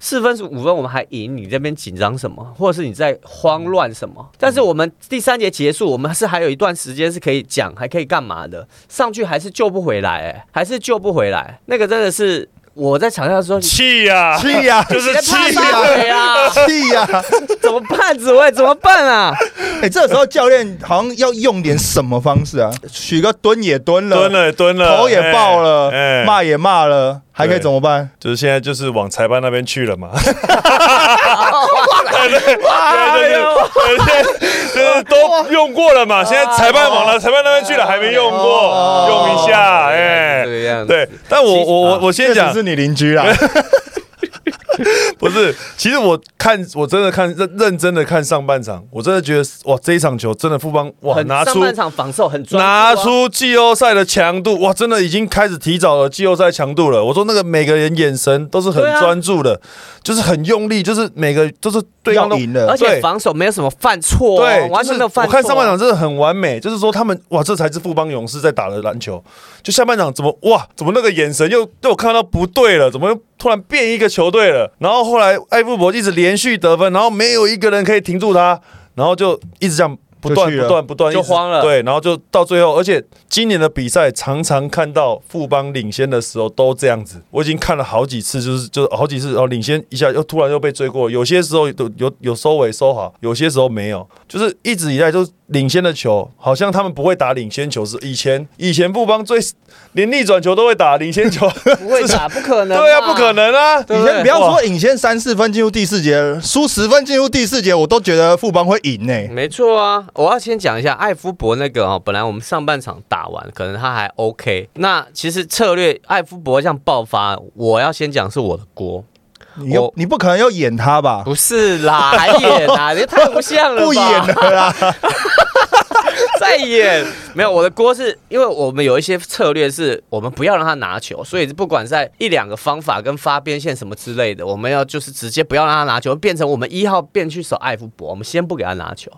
[SPEAKER 2] 四分是五分，我们还赢，你这边紧张什么，或者是你在慌乱什么？但是我们第三节结束，我们是还有一段时间是可以讲，还可以干嘛的，上去还是救不回来、哎，还是救不回来，那个真的是我在场上的时候，你
[SPEAKER 3] 气
[SPEAKER 1] (laughs)
[SPEAKER 3] 呀、
[SPEAKER 1] 气 (laughs) 呀、
[SPEAKER 3] 就是气
[SPEAKER 2] 怕
[SPEAKER 3] 呀、
[SPEAKER 2] 发回啊，
[SPEAKER 1] 气呀、
[SPEAKER 2] 怎么办，紫薇，怎么办啊？
[SPEAKER 1] 哎、这时候教练好像要用点什么方式啊？许个蹲也蹲了，
[SPEAKER 3] 蹲了蹲了，
[SPEAKER 1] 头也爆了，
[SPEAKER 3] 哎哎
[SPEAKER 1] 骂、也骂了，还可以
[SPEAKER 3] 对
[SPEAKER 1] 怎么办？
[SPEAKER 3] 就是现在就是往裁判那边去了嘛，
[SPEAKER 2] 哎呦
[SPEAKER 3] 就是都用过了嘛，现在裁判往了裁判那边去了，还没用过，用一下，哎
[SPEAKER 2] 哦这，个样子，
[SPEAKER 3] 对，但我我我我先
[SPEAKER 1] 确
[SPEAKER 3] 讲
[SPEAKER 1] 实，是你邻居啦，
[SPEAKER 3] (laughs) 不是，其实我看我真的看认认真的看上半场，我真的觉得哇，这一场球真的富邦哇
[SPEAKER 2] 很
[SPEAKER 3] 拿
[SPEAKER 2] 上
[SPEAKER 3] 出
[SPEAKER 2] 半场防守很专注啊
[SPEAKER 3] 拿出季后赛的强度，哇，真的已经开始提早了季后赛强度了。我说那个每个人眼神都是很
[SPEAKER 2] 对啊
[SPEAKER 3] 专注的，就是很用力，就是每个都是对方
[SPEAKER 1] 要
[SPEAKER 3] 都
[SPEAKER 1] 赢了
[SPEAKER 2] 而。且
[SPEAKER 3] 对
[SPEAKER 2] 防守没有什么犯错、哦，
[SPEAKER 3] 对，
[SPEAKER 2] 完全没有
[SPEAKER 3] 就是
[SPEAKER 2] 犯
[SPEAKER 3] 我
[SPEAKER 2] 错、啊哦
[SPEAKER 3] 看上半场真的很完美，就是说他们哇，这才是富邦勇士在打的篮球。就下半场怎么哇，怎么那个眼神又被我看到不对了，怎么又突然变一个球队了？然后后来艾富伯一直连续得分，然后没有一个人可以停住他，然后就一直这样。不断
[SPEAKER 1] 就去
[SPEAKER 3] 不
[SPEAKER 1] 了
[SPEAKER 3] 断不断
[SPEAKER 2] 就
[SPEAKER 3] 一直
[SPEAKER 2] 慌了
[SPEAKER 3] 对，然后就到最后，而且今年的比赛常常看到富邦领先的时候都这样子，我已经看了好几次，就是就是好几次，然后领先一下又突然又被追过，有些时候有有有收尾收好，有些时候没有，就是一直以来都是领先的球，好像他们不会打领先球是以前以前富邦最连逆转球都会打领
[SPEAKER 2] (laughs)
[SPEAKER 3] 先球，
[SPEAKER 2] 不会打，不可能，
[SPEAKER 3] 对啊，不可。能啊，
[SPEAKER 2] 对
[SPEAKER 1] 你
[SPEAKER 2] 对
[SPEAKER 1] 先不要说领先三四分进入第四节，输十分进入第四节，我都觉得富邦会赢呢、
[SPEAKER 2] 没错啊，我要先讲一下艾夫伯那个哦，本来我们上半场打完，可能他还 OK。那其实策略艾夫伯这样爆发，我要先讲是我的锅，
[SPEAKER 1] 你又
[SPEAKER 2] 我
[SPEAKER 1] 你不可能要演他吧？
[SPEAKER 2] 不是啦，还演啊，你太不像
[SPEAKER 3] (laughs)
[SPEAKER 2] 了吧，
[SPEAKER 1] 不演了啦，
[SPEAKER 2] (laughs) 再演。没有，我的锅是因为我们有一些策略是我们不要让他拿球，所以不管在一两个方法跟发边线什么之类的，我们要就是直接不要让他拿球，变成我们一号变去守艾夫伯，我们先不给他拿球，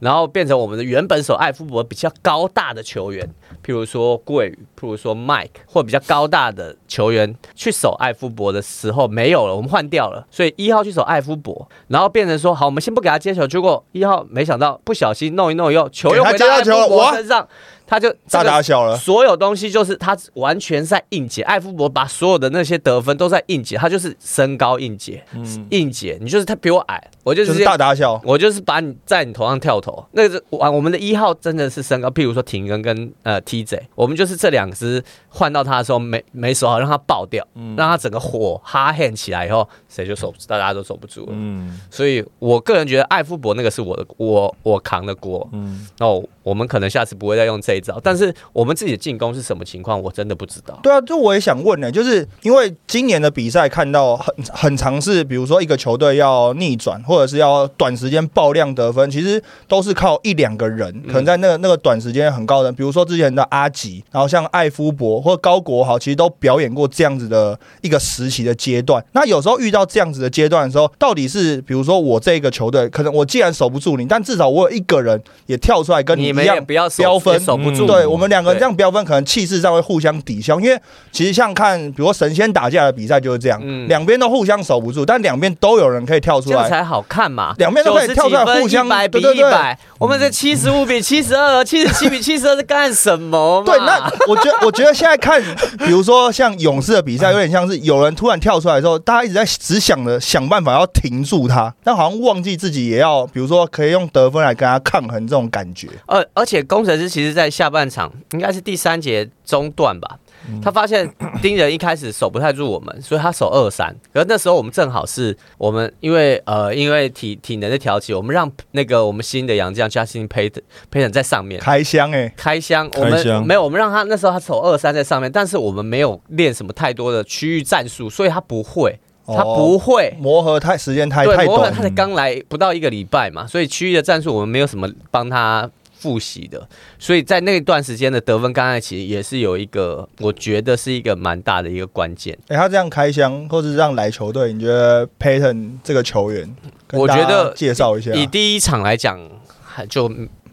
[SPEAKER 2] 然后变成我们的原本守艾夫伯比较高大的球员，譬如说桂宇，譬如说 Mike 或比较高大的球员去守艾夫伯的时候没有了，我们换掉了，所以一号去守艾夫伯，然后变成说好，我们先不给他接球，结果一号没想到不小心弄一弄又球又回
[SPEAKER 1] 给他接到
[SPEAKER 2] 艾
[SPEAKER 1] 球了
[SPEAKER 2] 夫伯
[SPEAKER 1] 哇
[SPEAKER 2] 身上。他就这
[SPEAKER 1] 大
[SPEAKER 2] 个
[SPEAKER 1] 打小了。
[SPEAKER 2] 所有东西就是他完全在硬解，艾夫伯把所有的那些得分都在硬解，他就是身高硬解，硬解，你就是他比我矮，我就
[SPEAKER 1] 嗯就是是大打小，
[SPEAKER 2] 我就是把你在你头上跳投，那个啊我我们的一号真的是身高，譬如说廷根跟呃 TJ，我们就是这两只换到他的时候没没守好，让他爆掉，
[SPEAKER 3] 嗯
[SPEAKER 2] 让他整个火哈 hand 起来以后，谁就守不住，大家都守不住了。
[SPEAKER 3] 嗯
[SPEAKER 2] 所以我个人觉得艾夫伯那个是我的我我扛的锅，
[SPEAKER 3] 嗯，
[SPEAKER 2] 哦，我们可能下次不会再用这一招，但是我们自己的进攻是什么情况，我真的不知道。
[SPEAKER 1] 对啊，这我也想问呢、就是因为今年的比赛看到很很常是，比如说一个球队要逆转，或者是要短时间爆量得分，其实都是靠一两个人，可
[SPEAKER 2] 嗯
[SPEAKER 1] 能在那个那个短时间很高的，比如说之前的阿吉，然后像艾夫伯或高国豪，其实都表演过这样子的一个时期的阶段。那有时候遇到这样子的阶段的时候，到底是比如说我这个球队，可能我既然守不住你，但至少我有一个人也跳出来跟一
[SPEAKER 2] 们也
[SPEAKER 1] 样
[SPEAKER 2] 不要守
[SPEAKER 1] 标分
[SPEAKER 2] 也守不住，
[SPEAKER 3] 嗯
[SPEAKER 1] 对我们两个人
[SPEAKER 2] 对
[SPEAKER 1] 这样标分，可能气势上会互相抵消，因为其实像看，比如说神仙打架的比赛就是这样
[SPEAKER 2] 嗯，
[SPEAKER 1] 两边、都互相守不住，但两边都有人可以跳出
[SPEAKER 2] 这样
[SPEAKER 1] 来。
[SPEAKER 2] 才好看嘛。
[SPEAKER 1] 两边都可以跳出来互相
[SPEAKER 2] 一百比
[SPEAKER 1] 对对
[SPEAKER 2] 一
[SPEAKER 1] 对嗯
[SPEAKER 2] 百，我们这七十五比七十二、七十七比七十二是干什么嘛？
[SPEAKER 1] 对，那我觉得我觉得现在看，比如说像勇士的比赛，有点像是有人突然跳出来的时候，大家一直在只想着想办法要停住他，但好像忘记自己也要，比如说可以用得分来跟他抗衡这种感觉。
[SPEAKER 2] 而呃而且工程师其实，在下半场应该是第三节中段吧，
[SPEAKER 1] 嗯
[SPEAKER 2] 他发现盯人一开始守不太住我们，所以他守二三。可是那时候我们正好是我们因为呃因为体体能的调节，我们让那个我们新的洋将 Justin Payton Payton 在上面。
[SPEAKER 1] 开箱哎、
[SPEAKER 2] 开箱，我
[SPEAKER 3] 开箱
[SPEAKER 2] 们没有，我们让他那时候他守二三在上面，但是我们没有练什么太多的区域战术，所以他不会。他不会。
[SPEAKER 1] 磨合太时间太
[SPEAKER 2] 对，
[SPEAKER 1] 太
[SPEAKER 2] 摩
[SPEAKER 1] 短
[SPEAKER 2] 尔，他才刚来不到一个礼拜嘛，所以区域的战术我们没有什么帮他复习的，所以在那段时间的得分刚才其实也是有一个，我觉得是一个蛮大的一个关键。
[SPEAKER 1] 哎、他这样开箱，或者让来球队，你觉得 Payton 这个球员，跟
[SPEAKER 2] 我觉
[SPEAKER 1] 大家
[SPEAKER 2] 得
[SPEAKER 1] 介绍一下，
[SPEAKER 2] 以第一场来讲，还就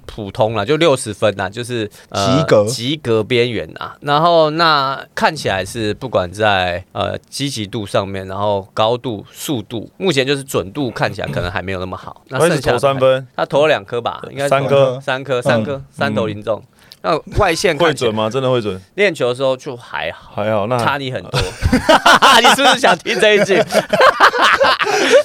[SPEAKER 2] 普通了，就六十分啦，就是、呃
[SPEAKER 1] 及格
[SPEAKER 2] 及格边缘啊。然后那看起来是不管在呃积极度上面，然后高度、速度，目前就是准度看起来可能还没有那么好。那
[SPEAKER 3] 他一
[SPEAKER 2] 剩
[SPEAKER 3] 直
[SPEAKER 2] 下
[SPEAKER 3] 投
[SPEAKER 2] 的
[SPEAKER 3] 三分，
[SPEAKER 2] 他投了两颗吧，应该是
[SPEAKER 3] 三嗯
[SPEAKER 1] 颗
[SPEAKER 2] 三颗，三颗，三投零中。那外线
[SPEAKER 3] (laughs) 会
[SPEAKER 2] 看起来
[SPEAKER 3] 准啊吗？真的会准？
[SPEAKER 2] 练球的时候就还好。
[SPEAKER 3] 还好，那
[SPEAKER 2] 差你很多， (laughs) 你是不是想听这一句？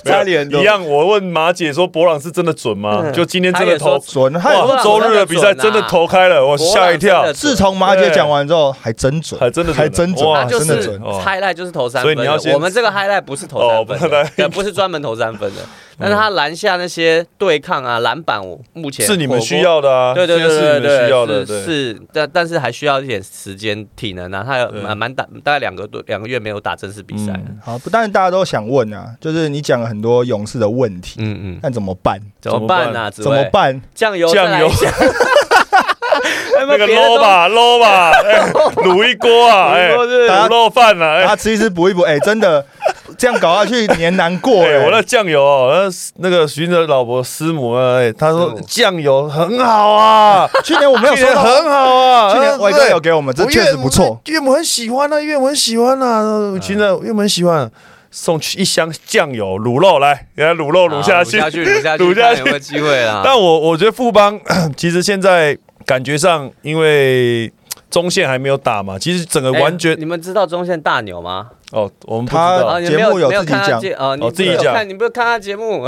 [SPEAKER 2] 差你很多
[SPEAKER 3] 一。样。我问马姐说，博朗是真的准吗？
[SPEAKER 2] 嗯
[SPEAKER 3] 就今天真的
[SPEAKER 2] 她也
[SPEAKER 3] 投
[SPEAKER 2] 说，
[SPEAKER 1] 准，他
[SPEAKER 2] 博
[SPEAKER 3] 哇，
[SPEAKER 2] 朗
[SPEAKER 3] 周日的比赛真的投开了，我
[SPEAKER 2] 博朗
[SPEAKER 3] 吓一跳
[SPEAKER 2] 啊真。的
[SPEAKER 1] 自从马姐讲完之后，还真准，
[SPEAKER 3] 还真的准
[SPEAKER 1] 还真准，
[SPEAKER 3] 哇
[SPEAKER 2] 他就
[SPEAKER 1] 真的
[SPEAKER 2] 是
[SPEAKER 1] 准。
[SPEAKER 3] 哦
[SPEAKER 2] highlight 就是投三
[SPEAKER 3] 所
[SPEAKER 2] 分
[SPEAKER 3] 以你
[SPEAKER 2] 的，
[SPEAKER 3] 要先
[SPEAKER 2] 我们这个 highlight 不是投三分
[SPEAKER 3] 哦不
[SPEAKER 2] 的，
[SPEAKER 3] 然
[SPEAKER 2] 对，不是专门投三
[SPEAKER 3] (laughs)
[SPEAKER 2] 分的，但是他篮下那些对抗啊、篮板，我目前
[SPEAKER 3] 是你们
[SPEAKER 2] 火锅
[SPEAKER 3] 需。要的啊，
[SPEAKER 2] 对对对对
[SPEAKER 3] 这是
[SPEAKER 2] 对
[SPEAKER 3] 你们需要的，
[SPEAKER 2] 对，是
[SPEAKER 3] 对，
[SPEAKER 2] 是，但但是还需要一点时间体能啊，他有
[SPEAKER 3] 对
[SPEAKER 2] 蛮蛮打大概两个多两个月没有打正式比
[SPEAKER 3] 嗯
[SPEAKER 2] 赛了，
[SPEAKER 1] 好，不但大家都想问啊，就是你讲了很多勇士的问题，
[SPEAKER 2] 嗯嗯，
[SPEAKER 1] 但怎么办？
[SPEAKER 2] 怎么办呢？紫
[SPEAKER 1] 怎么
[SPEAKER 2] 薇？
[SPEAKER 1] 办？
[SPEAKER 2] 酱油
[SPEAKER 3] 酱
[SPEAKER 2] 再来
[SPEAKER 3] 油 (laughs)
[SPEAKER 2] 一下还有没有
[SPEAKER 3] 那个
[SPEAKER 2] 别的东
[SPEAKER 3] low
[SPEAKER 2] 西，
[SPEAKER 3] 吧
[SPEAKER 1] (laughs)
[SPEAKER 3] ，low 吧，哎卤一锅啊，哎，
[SPEAKER 2] 卤一锅是
[SPEAKER 3] 卤肉饭啊，哎
[SPEAKER 1] 大家吃一吃补一补，哎，真的这样搞下去年难过
[SPEAKER 3] (laughs) 对，
[SPEAKER 1] 哎。
[SPEAKER 3] 我那酱油哦，那那个徐哲老婆师母啊，哎，她说
[SPEAKER 2] 师母
[SPEAKER 3] 酱油很好啊，
[SPEAKER 1] 去年我 (laughs) 没有
[SPEAKER 3] 去
[SPEAKER 1] 收
[SPEAKER 3] 年
[SPEAKER 1] 到，
[SPEAKER 3] 很好啊，
[SPEAKER 1] (laughs) 去年
[SPEAKER 3] 我
[SPEAKER 1] 伟哥有给我们，这确实不错。。嗯
[SPEAKER 3] 岳母很喜欢啊，岳母很喜欢啊，徐哲岳母很喜欢，啊送去一箱酱油卤肉来，给他卤肉卤下去
[SPEAKER 2] 好啊卤下。去，卤下去，
[SPEAKER 3] 卤下
[SPEAKER 2] 看
[SPEAKER 3] 去
[SPEAKER 2] 有没有机会啊啦？
[SPEAKER 3] (laughs) 但我我觉得富邦 (coughs) 其实现在感觉上，因为中线还没有打嘛，其实整个
[SPEAKER 2] 哎
[SPEAKER 3] 完全
[SPEAKER 2] 你们知道中线大牛吗？
[SPEAKER 3] 哦，我们不知
[SPEAKER 1] 他
[SPEAKER 3] 道
[SPEAKER 2] 啊，你
[SPEAKER 1] 节
[SPEAKER 2] 没有
[SPEAKER 1] 目有
[SPEAKER 2] 没有
[SPEAKER 1] 自己
[SPEAKER 2] 看他
[SPEAKER 1] 讲
[SPEAKER 2] 节啊，你
[SPEAKER 3] 哦自己
[SPEAKER 2] 没有
[SPEAKER 3] 讲
[SPEAKER 2] 看你不是看他节目？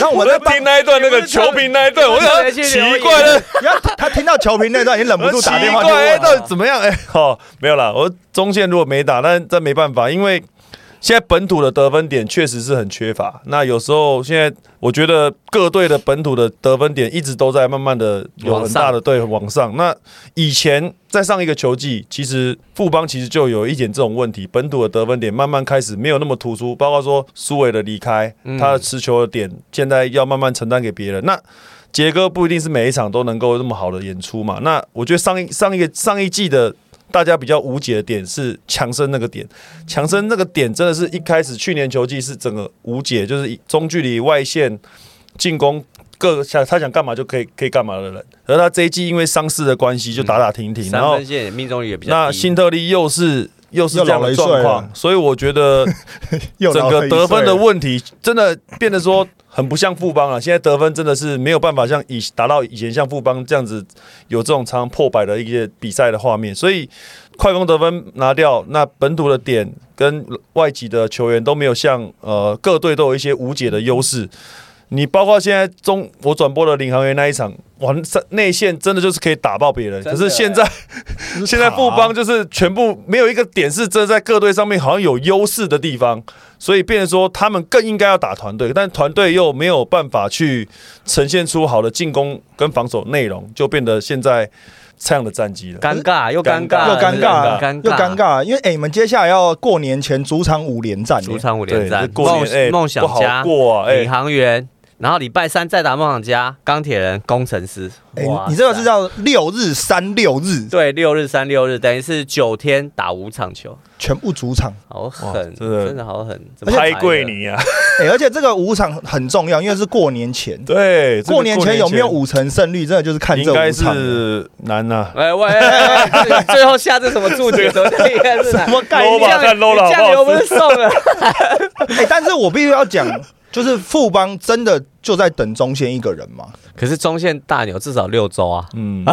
[SPEAKER 1] 那我
[SPEAKER 3] 我
[SPEAKER 1] 们
[SPEAKER 3] 在
[SPEAKER 1] 在帮
[SPEAKER 3] 听那一段那个球评那一段，我想
[SPEAKER 2] 你们是不是
[SPEAKER 3] 奇怪的，
[SPEAKER 1] 你看他听到球评那段，也忍不住打电话
[SPEAKER 3] 奇
[SPEAKER 1] 去
[SPEAKER 3] 怪，哎
[SPEAKER 1] 问。
[SPEAKER 3] 到底怎么样？哎，哦，没有啦，我中线如果没打，但这没办法，因为现在本土的得分点确实是很缺乏。那有时候现在我觉得各队的本土的得分点一直都在慢慢的有很大的对往上。那以前在上一个球季，其实富邦其实就有一点这种问题，本土的得分点慢慢开始没有那么突出，包括说苏伟的离开，
[SPEAKER 2] 嗯
[SPEAKER 3] 他的持球的点现在要慢慢承担给别人。那杰哥不一定是每一场都能够这么好的演出嘛。那我觉得上一上一个上一季的大家比较无解的点是强森那个点，强森那个点真的是一开始去年球季是整个无解，就是以中距离外线进攻各想他想干嘛就可以可以干嘛的人，而他这一季因为伤势的关系就打打停
[SPEAKER 1] 嗯
[SPEAKER 3] 停，然
[SPEAKER 2] 三
[SPEAKER 3] 后
[SPEAKER 2] 分线命中率也比较
[SPEAKER 3] 那
[SPEAKER 2] 低
[SPEAKER 3] 辛。特利又是。又是
[SPEAKER 1] 又
[SPEAKER 3] 这样
[SPEAKER 1] 老了
[SPEAKER 3] 的
[SPEAKER 1] 一岁
[SPEAKER 3] 状况
[SPEAKER 1] 了，
[SPEAKER 3] 所以我觉得
[SPEAKER 1] 又
[SPEAKER 3] 整
[SPEAKER 1] 老了哎
[SPEAKER 3] 个
[SPEAKER 1] 一
[SPEAKER 3] 得分
[SPEAKER 1] 岁了
[SPEAKER 3] 的问题真的变得说很不像富邦了。啊现在得分真的是没有办法像以达到以前像富邦这样子有这种常常破百的一些比赛的画面，所以快攻得分拿掉，那本土的点跟外籍的球员都没有像呃各队都有一些无解的优势。你包括现在中我转播的领航员那一场，哇，那内线真的就是可以打爆别人，
[SPEAKER 2] 真
[SPEAKER 3] 可
[SPEAKER 2] 的
[SPEAKER 3] 是现在现在富邦就是全部没有一个点是真的在各队上面好像有优势的地方，所以变成说他们更应该要打团队，但团队又没有办法去呈现出好的进攻跟防守内容，就变得现在这样的战绩了。
[SPEAKER 2] 尴尬又尴尬
[SPEAKER 1] 又尴尬，
[SPEAKER 2] 啊尴
[SPEAKER 1] 又尴。尬，因为哎、你们接下来要过年前主场五连战、
[SPEAKER 2] 主
[SPEAKER 1] 欸，
[SPEAKER 2] 场五连
[SPEAKER 3] 这
[SPEAKER 2] 战，
[SPEAKER 3] 过
[SPEAKER 2] 梦
[SPEAKER 3] 年哎，
[SPEAKER 2] 梦想
[SPEAKER 3] 不好
[SPEAKER 2] 家、
[SPEAKER 3] 过啊，哎
[SPEAKER 2] 领，航员，然后礼拜三再打梦想家、钢铁人、工程师。
[SPEAKER 1] 哎、
[SPEAKER 2] 哇
[SPEAKER 1] 你这个
[SPEAKER 2] 塞
[SPEAKER 1] 是叫六日三六日，
[SPEAKER 2] 对六日三六日，等于是九天打五场球，
[SPEAKER 1] 全部主场，
[SPEAKER 2] 好
[SPEAKER 3] 哇
[SPEAKER 2] 狠，
[SPEAKER 3] 真的
[SPEAKER 2] 真的好狠，怎么
[SPEAKER 3] 拍
[SPEAKER 2] 的
[SPEAKER 3] 桂？尼啊，
[SPEAKER 1] (laughs) 哎、而且这个五场很重要，因为是过年前，
[SPEAKER 3] 对，这个
[SPEAKER 1] 过年前有没有五成胜率，真的就是看
[SPEAKER 3] 应
[SPEAKER 1] 这
[SPEAKER 3] 该
[SPEAKER 1] 五场了。 (laughs)
[SPEAKER 3] 是难啊呐。
[SPEAKER 2] 喂喂，喂喂喂最后下这什么注解？什么这个是哪
[SPEAKER 1] 什么概
[SPEAKER 3] 搂
[SPEAKER 1] 念？
[SPEAKER 3] 吧，
[SPEAKER 2] 酱
[SPEAKER 3] 看 low 了好不
[SPEAKER 2] 酱
[SPEAKER 3] 好
[SPEAKER 2] 油不是送了？
[SPEAKER 1] 哎、但是我必须要讲，就是富邦真的就在等中线一个人嘛，
[SPEAKER 2] 可是中线大牛至少六
[SPEAKER 1] (laughs)
[SPEAKER 2] 周啊，
[SPEAKER 3] 嗯，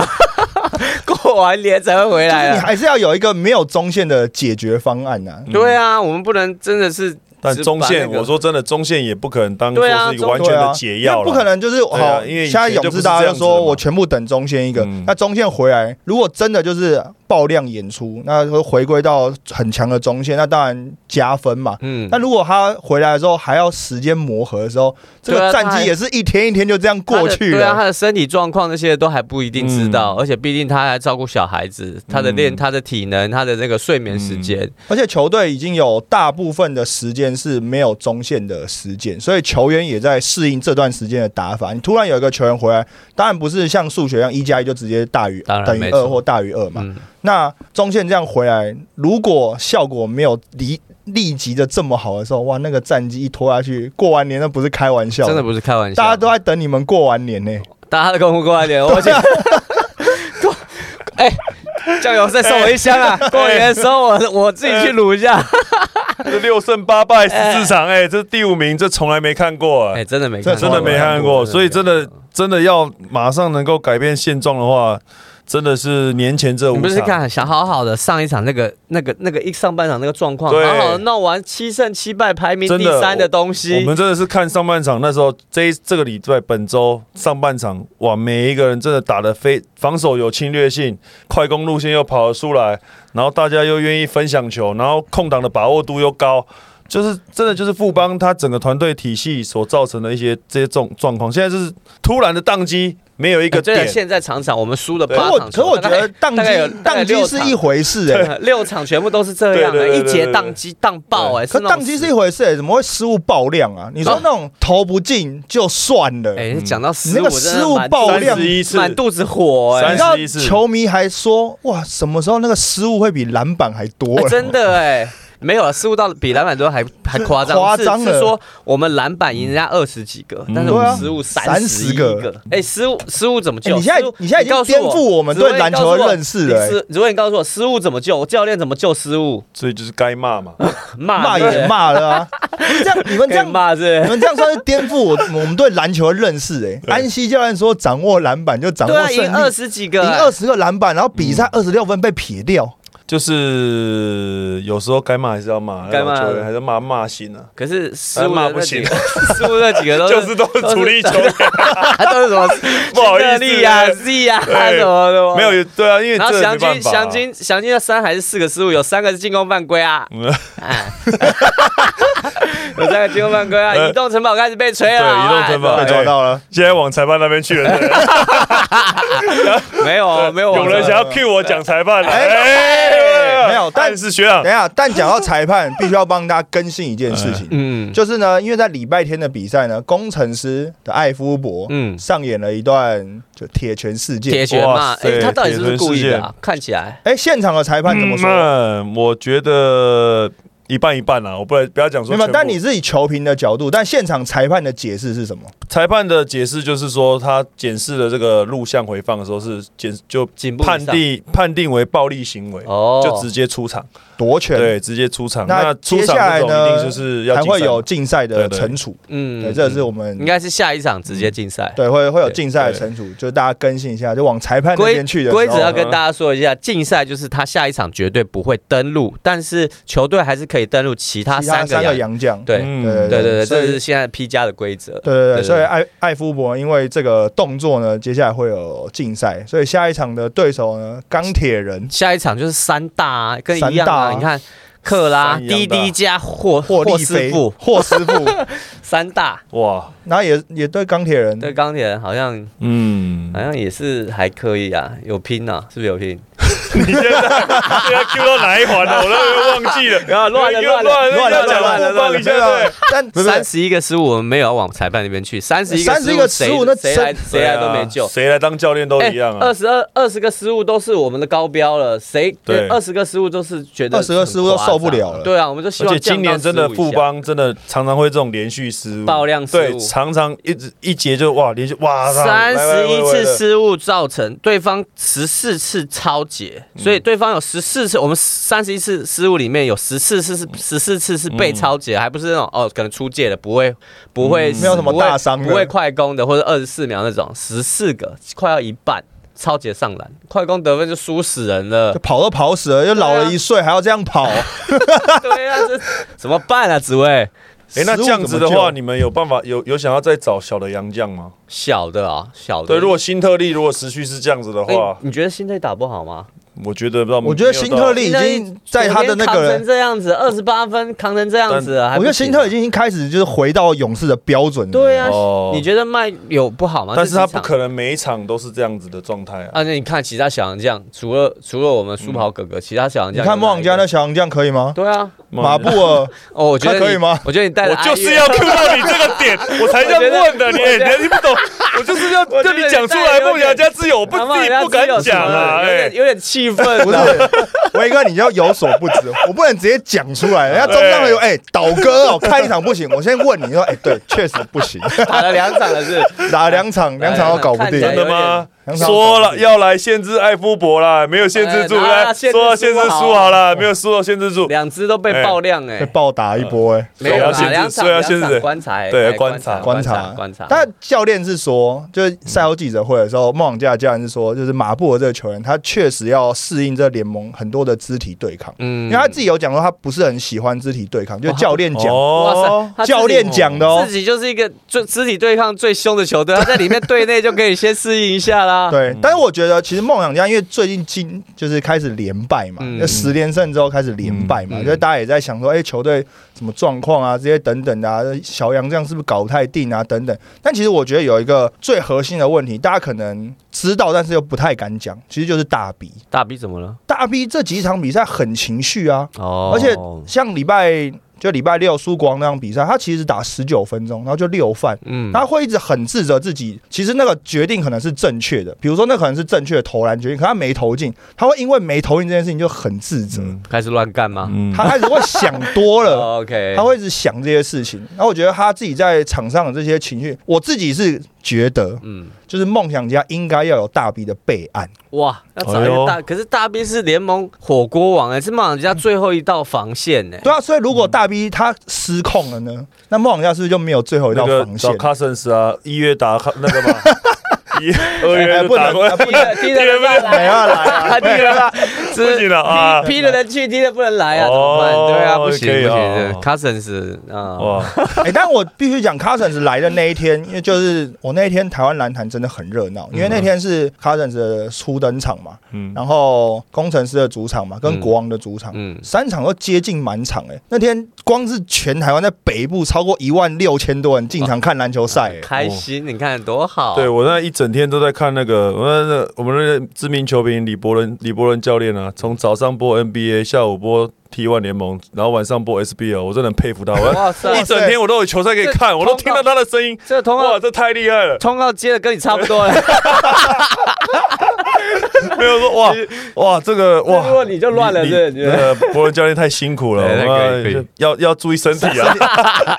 [SPEAKER 2] 过完年才会回
[SPEAKER 1] 就
[SPEAKER 2] 来
[SPEAKER 1] 是你
[SPEAKER 2] 啊。
[SPEAKER 1] 还是要有一个没有中线的解决方案呐、啊。
[SPEAKER 2] 对啊，我们不能真的是只把那
[SPEAKER 3] 嗯但
[SPEAKER 2] 个，
[SPEAKER 3] 中线，我说真的，中线也不可能当做
[SPEAKER 2] 对啊
[SPEAKER 3] 是一个完全
[SPEAKER 1] 对啊
[SPEAKER 3] 的解药
[SPEAKER 1] 因为
[SPEAKER 3] 了，
[SPEAKER 1] 不可能就是
[SPEAKER 3] 对啊
[SPEAKER 1] 好，
[SPEAKER 3] 因为以
[SPEAKER 1] 现
[SPEAKER 3] 前
[SPEAKER 1] 在
[SPEAKER 3] 就
[SPEAKER 1] 勇
[SPEAKER 3] 不是
[SPEAKER 1] 士大家
[SPEAKER 3] 这样
[SPEAKER 1] 就
[SPEAKER 3] 子的
[SPEAKER 1] 说
[SPEAKER 3] 嘛
[SPEAKER 1] 我全部等中线一个
[SPEAKER 3] 嗯，
[SPEAKER 1] 那中线回来，如果真的就是爆量演出，那会回归到很强的中线，那当然加分嘛。
[SPEAKER 2] 嗯
[SPEAKER 1] 那，如果他回来的时候还要时间磨合的时候，这
[SPEAKER 2] 对啊
[SPEAKER 1] 个
[SPEAKER 2] 他
[SPEAKER 1] 战
[SPEAKER 2] 还
[SPEAKER 1] 绩也是一天一天就这样过去
[SPEAKER 2] 他的对啊，
[SPEAKER 1] 了。
[SPEAKER 2] 他的身体状况那些都还不一定知道，
[SPEAKER 3] 嗯
[SPEAKER 2] 而且毕竟他还照顾小孩子，他的练、他的体能、他的那个睡眠时
[SPEAKER 3] 嗯
[SPEAKER 2] 间，
[SPEAKER 1] 而且球队已经有大部分的时间是没有中线的时间，所以球员也在适应这段时间的打法。你突然有一个球员回来，当然不是像数学一样一加一就直接大于
[SPEAKER 2] 当然
[SPEAKER 1] 等于
[SPEAKER 2] 没错
[SPEAKER 1] 二或大于二嘛。
[SPEAKER 2] 嗯，
[SPEAKER 1] 那中线这样回来，如果效果没有立立即的这么好的时候，哇，那个战绩一拖下去，过完年那不是开玩笑，
[SPEAKER 2] 真的不是开玩笑，
[SPEAKER 1] 大家都在等你们过完年呢、
[SPEAKER 2] 大家的功夫过来点，我
[SPEAKER 1] (laughs)
[SPEAKER 2] 且，哎。酱油再送我一箱啊！
[SPEAKER 3] 哎
[SPEAKER 2] 过年的时候我我自己去卤一下。
[SPEAKER 3] (laughs) 这六胜八败十四场，哎，这第五名，这从来没看过，
[SPEAKER 2] 哎，
[SPEAKER 3] 哎，
[SPEAKER 2] 真的没
[SPEAKER 1] 这
[SPEAKER 2] 看过，
[SPEAKER 3] 真的没看过，所以真的真的要马上能够改变现状的话，真的是年前这五
[SPEAKER 2] 你
[SPEAKER 3] 场，
[SPEAKER 2] 不是看想好好的上一场那个那个那个一上半场那个状况，
[SPEAKER 3] 对
[SPEAKER 2] 好好的弄完七胜七败排名
[SPEAKER 3] 真
[SPEAKER 2] 第
[SPEAKER 3] 的
[SPEAKER 2] 三的东西，
[SPEAKER 3] 我们真的是看上半场，那时候这一这个礼拜本周上半场，哇，每一个人真的打得非防守有侵略性，快攻路线又跑得出来，然后大家又愿意分享球，然后空档的把握度又高，就是真的就是富邦他整个团队体系所造成的一些这些状状况，现在就是突然的宕机，没有一
[SPEAKER 2] 一
[SPEAKER 3] 个点，
[SPEAKER 2] 哎现在场场我们输了
[SPEAKER 3] 对
[SPEAKER 2] 八
[SPEAKER 1] 可我
[SPEAKER 2] 场
[SPEAKER 1] 可
[SPEAKER 2] 球，
[SPEAKER 1] 我觉得宕
[SPEAKER 2] 大概有
[SPEAKER 1] 机
[SPEAKER 2] 大概
[SPEAKER 1] 宕
[SPEAKER 2] 六啊
[SPEAKER 1] 机是一回事哎、
[SPEAKER 2] 大概 (laughs) 六场全部都是这样的，
[SPEAKER 3] 对对对
[SPEAKER 2] 一
[SPEAKER 3] 对
[SPEAKER 2] 节
[SPEAKER 3] 对对
[SPEAKER 2] 宕机宕爆哎，
[SPEAKER 1] 可
[SPEAKER 2] 那种
[SPEAKER 1] 宕机是一回事、欸，怎么会失误爆量啊？你
[SPEAKER 2] 啊
[SPEAKER 1] 说那种投不进就算了，
[SPEAKER 2] 哎，讲到
[SPEAKER 1] 你
[SPEAKER 2] 失
[SPEAKER 1] 那
[SPEAKER 2] 误
[SPEAKER 1] 个
[SPEAKER 2] 真
[SPEAKER 1] 失
[SPEAKER 2] 的
[SPEAKER 1] 误
[SPEAKER 2] 满
[SPEAKER 1] 爆
[SPEAKER 2] 肚
[SPEAKER 1] 量
[SPEAKER 3] 三十一次
[SPEAKER 2] 满肚子火
[SPEAKER 1] 你
[SPEAKER 2] 哎
[SPEAKER 1] 知
[SPEAKER 3] 三。
[SPEAKER 1] 道
[SPEAKER 3] 31次
[SPEAKER 1] 球迷还说哇，什么时候那个失误会比篮板还多、
[SPEAKER 2] 哎真的哎，没有失误到比篮板都还还夸张，
[SPEAKER 1] 夸
[SPEAKER 2] 是
[SPEAKER 1] 张了
[SPEAKER 2] 是说我们篮板赢人家二十几个，
[SPEAKER 3] 嗯
[SPEAKER 2] 但是我
[SPEAKER 1] 对
[SPEAKER 2] 们
[SPEAKER 1] 啊
[SPEAKER 2] 失误三
[SPEAKER 1] 30
[SPEAKER 2] 十
[SPEAKER 1] 个
[SPEAKER 2] 个，哎，失误失误怎么
[SPEAKER 1] 欸
[SPEAKER 2] 救？
[SPEAKER 1] 你现在
[SPEAKER 2] 失误
[SPEAKER 1] 你现在已经
[SPEAKER 2] 告诉
[SPEAKER 1] 颠覆我们对篮球的认识了
[SPEAKER 2] 你
[SPEAKER 1] 欸
[SPEAKER 2] 失如果你告诉我失误怎么救，教练怎么救失误，
[SPEAKER 3] 所以就是该骂嘛。
[SPEAKER 2] 嗯骂
[SPEAKER 1] 骂
[SPEAKER 2] 啊对不对
[SPEAKER 1] 也骂了啊！你们这样，你们这
[SPEAKER 2] 可以
[SPEAKER 1] 样
[SPEAKER 2] 骂是不是
[SPEAKER 1] 你。们这样算是颠覆我我们对篮球的认识哎、安西教练说，掌握篮板就掌
[SPEAKER 2] 对
[SPEAKER 1] 握
[SPEAKER 2] 啊，
[SPEAKER 1] 胜
[SPEAKER 2] 赢二
[SPEAKER 1] 利，
[SPEAKER 2] 十几
[SPEAKER 1] 赢
[SPEAKER 2] 个、哎
[SPEAKER 1] 二十个篮板，然后比赛二十六分被撇掉。
[SPEAKER 3] 就是有时候该骂还是要骂，
[SPEAKER 2] 该骂
[SPEAKER 3] 球员还是骂骂心啊，
[SPEAKER 2] 可是失
[SPEAKER 1] 哎
[SPEAKER 2] 误
[SPEAKER 3] 骂
[SPEAKER 2] 的
[SPEAKER 3] 不
[SPEAKER 2] 那几
[SPEAKER 3] 行
[SPEAKER 2] 个，失误那几个都
[SPEAKER 3] 啊
[SPEAKER 2] (laughs) 啊
[SPEAKER 3] 就是都是主力球员，
[SPEAKER 2] 都是什么
[SPEAKER 3] 不好意思
[SPEAKER 2] 力啊、
[SPEAKER 3] 对
[SPEAKER 2] Z 啊
[SPEAKER 3] 对
[SPEAKER 2] 什么
[SPEAKER 1] 哦
[SPEAKER 2] 的，
[SPEAKER 3] 没。有对啊，因为
[SPEAKER 2] (laughs) 然后
[SPEAKER 3] 这没
[SPEAKER 2] 祥
[SPEAKER 3] 办
[SPEAKER 2] 军、
[SPEAKER 3] 法啊。
[SPEAKER 2] 祥军、祥军的三还是四个失误，有三个是进攻犯规啊，
[SPEAKER 3] 嗯
[SPEAKER 2] 哎 (laughs) 有三个进攻犯规啊，
[SPEAKER 3] 呃
[SPEAKER 2] 移动城堡开始被吹了，哎好吧
[SPEAKER 3] 对移动城堡
[SPEAKER 1] 被抓到了，
[SPEAKER 3] 现在往裁判那边去了，
[SPEAKER 1] (laughs)
[SPEAKER 3] 对不对
[SPEAKER 2] 没有没有，
[SPEAKER 3] 呃有人想要 cue 我讲裁判了，啊哎，
[SPEAKER 1] 没有但
[SPEAKER 3] 但是学长
[SPEAKER 1] 等一下，但讲到裁判，必须要帮大家更新一件事情，
[SPEAKER 2] 嗯
[SPEAKER 1] 就是呢，因为在礼拜天的比赛呢，工程师的艾夫伯
[SPEAKER 2] 嗯
[SPEAKER 1] 上演了一段就铁拳事
[SPEAKER 2] 铁
[SPEAKER 1] 件。
[SPEAKER 2] 拳嘛
[SPEAKER 3] 哇，塞
[SPEAKER 2] 哎，他到底是不是故意的
[SPEAKER 3] 铁拳事
[SPEAKER 2] 啊？看起来
[SPEAKER 1] 哎，现场的裁判怎么说？
[SPEAKER 3] 嗯，我觉得一半一半啊啦，我不然不要讲说
[SPEAKER 1] 没
[SPEAKER 3] 全
[SPEAKER 1] 有，
[SPEAKER 3] 部。
[SPEAKER 1] 但你自己球评的角度，但现场裁判的解释是什么？
[SPEAKER 3] 裁判的解释就是说，他检视了这个录像回放的时候是检就
[SPEAKER 2] 颈部以上
[SPEAKER 3] 判定判定为暴力行为，
[SPEAKER 2] 哦，
[SPEAKER 3] 就直接出场，
[SPEAKER 1] 夺权
[SPEAKER 3] 对，直接出场。
[SPEAKER 1] 那
[SPEAKER 3] 那出
[SPEAKER 1] 接
[SPEAKER 3] 场
[SPEAKER 1] 下来
[SPEAKER 3] 这种
[SPEAKER 1] 呢
[SPEAKER 3] 一定就是要
[SPEAKER 1] 还
[SPEAKER 3] 禁
[SPEAKER 1] 会
[SPEAKER 3] 赛
[SPEAKER 1] 有
[SPEAKER 3] 嘛
[SPEAKER 1] 竞赛的
[SPEAKER 3] 对对
[SPEAKER 1] 惩处。
[SPEAKER 2] 嗯
[SPEAKER 1] 对，这是我们
[SPEAKER 2] 应该是下一场直接竞
[SPEAKER 3] 嗯
[SPEAKER 2] 赛。
[SPEAKER 1] 对，会会有
[SPEAKER 2] 对
[SPEAKER 1] 竞赛的
[SPEAKER 3] 对
[SPEAKER 1] 惩处，就大家更新一下，就往裁判那
[SPEAKER 2] 规
[SPEAKER 1] 边去的时候
[SPEAKER 2] 规则要
[SPEAKER 3] 嗯
[SPEAKER 2] 跟大家说一下，竞赛就是他下一场绝对不会登录，但是球队还是可以登录其他
[SPEAKER 1] 其他
[SPEAKER 2] 三个
[SPEAKER 1] 三
[SPEAKER 2] 洋
[SPEAKER 1] 个洋将，
[SPEAKER 2] 对
[SPEAKER 3] 嗯
[SPEAKER 1] 对
[SPEAKER 2] 对对对，
[SPEAKER 1] 所
[SPEAKER 2] 这
[SPEAKER 1] 以
[SPEAKER 2] 是现在 P 加的规则。
[SPEAKER 1] 对对
[SPEAKER 2] 对对
[SPEAKER 1] 对，所以艾艾夫伯因为这个动作呢，接下来会有竞赛，所以下一场的对手呢，钢铁人
[SPEAKER 2] 下一场就是三大啊，跟
[SPEAKER 1] 三
[SPEAKER 2] 一样
[SPEAKER 1] 大
[SPEAKER 2] 啊，
[SPEAKER 1] 啊
[SPEAKER 2] 你看克拉、
[SPEAKER 3] 三一样大
[SPEAKER 2] 滴滴加霍
[SPEAKER 1] 霍利
[SPEAKER 2] 师
[SPEAKER 1] 菲 (laughs)
[SPEAKER 2] 傅
[SPEAKER 1] 霍师傅，
[SPEAKER 2] 三大。
[SPEAKER 3] 哇，
[SPEAKER 1] 然后也也对钢铁人，
[SPEAKER 2] 对钢铁人好像
[SPEAKER 3] 嗯
[SPEAKER 2] 好，像也是还可以啊，有拼啊，是不是有拼？
[SPEAKER 3] 你现在 (laughs) 现在 Q 到哪一环了？我都忘
[SPEAKER 2] (laughs)
[SPEAKER 3] 记了。
[SPEAKER 2] 然后啊乱了
[SPEAKER 3] 又
[SPEAKER 2] 乱了
[SPEAKER 3] 乱了
[SPEAKER 2] 乱了
[SPEAKER 3] 乱了
[SPEAKER 2] 乱了
[SPEAKER 3] 放一下对。
[SPEAKER 1] 但不是
[SPEAKER 2] 三十一个失误，我们没有要往裁判那边去。三十一
[SPEAKER 1] 31个失误那
[SPEAKER 2] 谁来
[SPEAKER 1] 真
[SPEAKER 2] 谁来都没救哎
[SPEAKER 3] 对啊。谁来当教练都一样啊
[SPEAKER 2] 二。十二二十个失误都是我们的高标了，谁
[SPEAKER 3] 对
[SPEAKER 2] 二十个失误都是觉得
[SPEAKER 1] 20个失误都受不了了
[SPEAKER 2] 对啊，我们就希
[SPEAKER 3] 而
[SPEAKER 2] 望
[SPEAKER 3] 且今年真的富
[SPEAKER 2] 复帮，
[SPEAKER 3] 邦真的常常会这种连续失误，
[SPEAKER 2] 爆量失误
[SPEAKER 3] 对，常常一直一节就哇连续哇
[SPEAKER 2] 三十一次，
[SPEAKER 3] 来来来来来
[SPEAKER 2] 失误造成对方十四次超节，
[SPEAKER 1] 嗯
[SPEAKER 2] 所以对方有十四次，我们三十一次失误里面有十四次是
[SPEAKER 1] 嗯
[SPEAKER 2] 十四次是被超节，还不是那种哦可能出界的，不会不会
[SPEAKER 1] 嗯没有什么
[SPEAKER 2] 不会
[SPEAKER 1] 大伤的
[SPEAKER 2] 不会快攻的或者二十四秒那种，十四个快要一半。超节上篮，快攻得分就输死人
[SPEAKER 1] (laughs)
[SPEAKER 2] 了
[SPEAKER 1] 就。跑都跑死了，又老
[SPEAKER 2] 啊
[SPEAKER 1] 了一岁还要这样跑，
[SPEAKER 2] 对啊，这 (laughs) 怎么办啊，紫薇？
[SPEAKER 3] 哎，那
[SPEAKER 1] 失误
[SPEAKER 3] 这样子的
[SPEAKER 1] 怎么
[SPEAKER 3] 话，
[SPEAKER 1] 救
[SPEAKER 3] 你们有办法有有想要再找小的洋将吗？
[SPEAKER 2] 小的啊，小的。
[SPEAKER 3] 对，如果新特利如果持续是这样子的
[SPEAKER 2] 哎
[SPEAKER 3] 话，
[SPEAKER 2] 你觉得新队打不好吗？
[SPEAKER 3] 我觉得不知道，
[SPEAKER 1] 我觉得辛特利已经在他的那
[SPEAKER 2] 昨天扛
[SPEAKER 1] 个
[SPEAKER 2] 成，这样子，二十八分扛成这样子了，还
[SPEAKER 1] 我
[SPEAKER 2] 不
[SPEAKER 1] 觉
[SPEAKER 2] 行啊
[SPEAKER 1] 得辛特已经开始就是回到勇士的标准了。
[SPEAKER 2] 对啊，
[SPEAKER 3] 哦
[SPEAKER 2] 你觉得卖有不好吗？
[SPEAKER 3] 但是
[SPEAKER 2] 这
[SPEAKER 3] 他
[SPEAKER 2] 几
[SPEAKER 3] 不
[SPEAKER 2] 场
[SPEAKER 3] 可能每一场都是这样子的状态啊。
[SPEAKER 2] 啊，那你看其他小杨将，除了除了我们苏跑哥
[SPEAKER 3] 嗯
[SPEAKER 2] 哥，其他小杨
[SPEAKER 1] 你
[SPEAKER 2] 将，
[SPEAKER 1] 看莫朗加那小洋将可以吗？
[SPEAKER 2] 对啊，
[SPEAKER 1] 马布
[SPEAKER 2] (laughs)
[SPEAKER 1] 尔，
[SPEAKER 2] 哦，我觉得
[SPEAKER 1] 他可以
[SPEAKER 2] 你
[SPEAKER 1] 吗？
[SPEAKER 2] 我觉得你带
[SPEAKER 3] 我
[SPEAKER 2] 了，
[SPEAKER 3] 就是要 Q 到你这
[SPEAKER 2] (laughs)
[SPEAKER 3] 个点，我才这样问的，你哎你还听不懂，我就是要
[SPEAKER 2] 我觉得
[SPEAKER 3] 跟你讲出来。
[SPEAKER 2] 你带有
[SPEAKER 3] 梦
[SPEAKER 2] 点
[SPEAKER 3] 想家自由，我不
[SPEAKER 2] 阿
[SPEAKER 3] 自
[SPEAKER 2] 嬷
[SPEAKER 3] 己
[SPEAKER 2] 人家
[SPEAKER 3] 不敢
[SPEAKER 2] 只有什么
[SPEAKER 3] 讲啊，
[SPEAKER 2] 有
[SPEAKER 3] 哎
[SPEAKER 2] 点，有点气愤，啊
[SPEAKER 1] 不是，威哥，你要有所不知，我不能直接讲出来。人家中上有，哎、倒戈哦，看一场不行，我先问你说，哎、对，确实不行， (laughs)
[SPEAKER 2] 打了两场了是，
[SPEAKER 3] (laughs)
[SPEAKER 1] 打两场，两场都搞不定。
[SPEAKER 2] 哎看
[SPEAKER 3] 哎真
[SPEAKER 2] 起
[SPEAKER 3] 的
[SPEAKER 2] 来
[SPEAKER 3] 吗
[SPEAKER 1] 有？点
[SPEAKER 3] 说了要来限制艾夫伯啦，没有限制住，
[SPEAKER 2] 哎
[SPEAKER 3] 来
[SPEAKER 2] 那限制
[SPEAKER 3] 说到限制
[SPEAKER 2] 住好
[SPEAKER 3] 住好了，没有输到限制住，
[SPEAKER 2] 两只都被爆亮哎
[SPEAKER 1] 被，暴打一波哎、
[SPEAKER 2] 没有
[SPEAKER 3] 所以要限
[SPEAKER 2] 啦，
[SPEAKER 3] 制
[SPEAKER 2] 两场
[SPEAKER 3] 所以要
[SPEAKER 2] 两
[SPEAKER 3] 限制
[SPEAKER 2] 场观察，
[SPEAKER 3] 对
[SPEAKER 2] 哎
[SPEAKER 3] 观察
[SPEAKER 1] 观
[SPEAKER 2] 观
[SPEAKER 1] 察
[SPEAKER 2] 观察，
[SPEAKER 1] 但教练是说，就是赛后记者会的时候，梦想家的教练是说，就是马布尔这个球员，他确实要适应这联盟很多的肢体对抗，
[SPEAKER 2] 嗯
[SPEAKER 1] 因为他自己有讲说他不是很喜欢肢体对抗，就
[SPEAKER 2] 哦他
[SPEAKER 1] 教练讲，
[SPEAKER 3] 哦，
[SPEAKER 2] 他自己
[SPEAKER 1] 教练讲的哦
[SPEAKER 2] 自。己就是一个最肢体对抗最凶的球队，他在里面对内就可以先适应一下啦。
[SPEAKER 1] (laughs) 对
[SPEAKER 3] 嗯，
[SPEAKER 1] 但是我觉得其实梦想家因为最近今就是开始连败嘛，
[SPEAKER 2] 嗯
[SPEAKER 1] 就十连胜之后开始连败嘛，
[SPEAKER 2] 嗯
[SPEAKER 1] 所以大家也在想说，哎，球队什么状况啊，这些等等的啊，小杨这样是不是搞不太定啊，等等。但其实我觉得有一个最核心的问题，大家可能知道，但是又不太敢讲，其实就是大 B。
[SPEAKER 2] 大 B 怎么了？
[SPEAKER 1] 大 B 这几场比赛很情绪啊，
[SPEAKER 2] 哦
[SPEAKER 1] 而且像礼拜就礼拜六输光那场比赛，他其实打十九分钟，然后就六犯。
[SPEAKER 2] 嗯
[SPEAKER 1] 他会一直很自责自己，其实那个决定可能是正确的，比如说那可能是正确的投篮决定，可他没投进，他会因为没投进这件事情就很自责，
[SPEAKER 3] 嗯
[SPEAKER 2] 开始乱干吗？
[SPEAKER 3] 嗯，哎
[SPEAKER 1] 他开始会想多
[SPEAKER 3] (laughs)
[SPEAKER 1] 了，
[SPEAKER 2] 哦 OK，
[SPEAKER 1] 嗯他会一直想这些事情。然后我觉得他自己在场上的这些情绪，我自己是觉得，
[SPEAKER 2] 嗯
[SPEAKER 1] 就是梦想家应该要有大 B 的备案，
[SPEAKER 2] 哇，要找一
[SPEAKER 3] 哎呦
[SPEAKER 2] 个大，可是大 B 是联盟火锅王哎、是马人家最后一道防线哎、
[SPEAKER 1] 对啊，所以如果大 B 他失控了呢，那梦想家是不是就没有最后一
[SPEAKER 3] 那
[SPEAKER 1] 道
[SPEAKER 3] 个
[SPEAKER 1] 防
[SPEAKER 3] 找
[SPEAKER 1] 线？
[SPEAKER 3] Cousins 啊，一月打那个
[SPEAKER 1] (laughs)
[SPEAKER 3] 嘛，一二
[SPEAKER 1] 哎
[SPEAKER 3] 月就
[SPEAKER 1] 不
[SPEAKER 3] 打
[SPEAKER 1] 能
[SPEAKER 3] 过，
[SPEAKER 1] 啊不
[SPEAKER 2] (laughs) 踢了踢了不能
[SPEAKER 1] 没
[SPEAKER 2] 来
[SPEAKER 1] 有
[SPEAKER 2] 啊，
[SPEAKER 1] 来啊，
[SPEAKER 2] (laughs) 他踢了
[SPEAKER 3] 不行了啊
[SPEAKER 2] 踢了能去，踢了不能来啊，怎么办？
[SPEAKER 3] 哦
[SPEAKER 2] 对啊，不行
[SPEAKER 3] 可以
[SPEAKER 2] 不
[SPEAKER 3] 哦
[SPEAKER 2] 行，Cousins 啊，
[SPEAKER 3] 哇，
[SPEAKER 1] (laughs) 哎、但我必须讲，Cousins 来的那一天，因为就是我那一天台湾篮坛真的很热闹，因为那天是 Cousins 的初登场嘛，
[SPEAKER 3] 嗯，
[SPEAKER 1] 然后工程师的主场嘛，跟
[SPEAKER 2] 嗯
[SPEAKER 1] 国王的主场，
[SPEAKER 2] 嗯，
[SPEAKER 1] 三场都接近满场哎、那天光是全台湾在北部超过一万六千多人进场看篮球赛、欸，
[SPEAKER 2] 开心，你看多好，
[SPEAKER 3] 对我那一整天都在看那个，我那那我们那个知名球评李伯伦李伯伦教练啊，从早上播 NBA，下午播 T1 联盟，然后晚上播 SBL，我真的很佩
[SPEAKER 2] (laughs)
[SPEAKER 3] 服他。我
[SPEAKER 2] 哇
[SPEAKER 3] (laughs)
[SPEAKER 2] 塞
[SPEAKER 3] 一整天我都有球赛可以看，我都听到他的声音，
[SPEAKER 2] 这通
[SPEAKER 3] 哇，
[SPEAKER 2] 告
[SPEAKER 3] 这太厉害了！
[SPEAKER 2] 通告接的跟你差不多了，
[SPEAKER 3] 没有说
[SPEAKER 2] (laughs)
[SPEAKER 3] 哇哇这个哇，
[SPEAKER 2] 如果你就乱了
[SPEAKER 3] 李
[SPEAKER 2] 对
[SPEAKER 3] 李
[SPEAKER 2] 对
[SPEAKER 3] 那个伯伦教练太辛苦了，
[SPEAKER 2] 对
[SPEAKER 3] 我
[SPEAKER 2] 那可以可以
[SPEAKER 3] 们要要注意身体啊。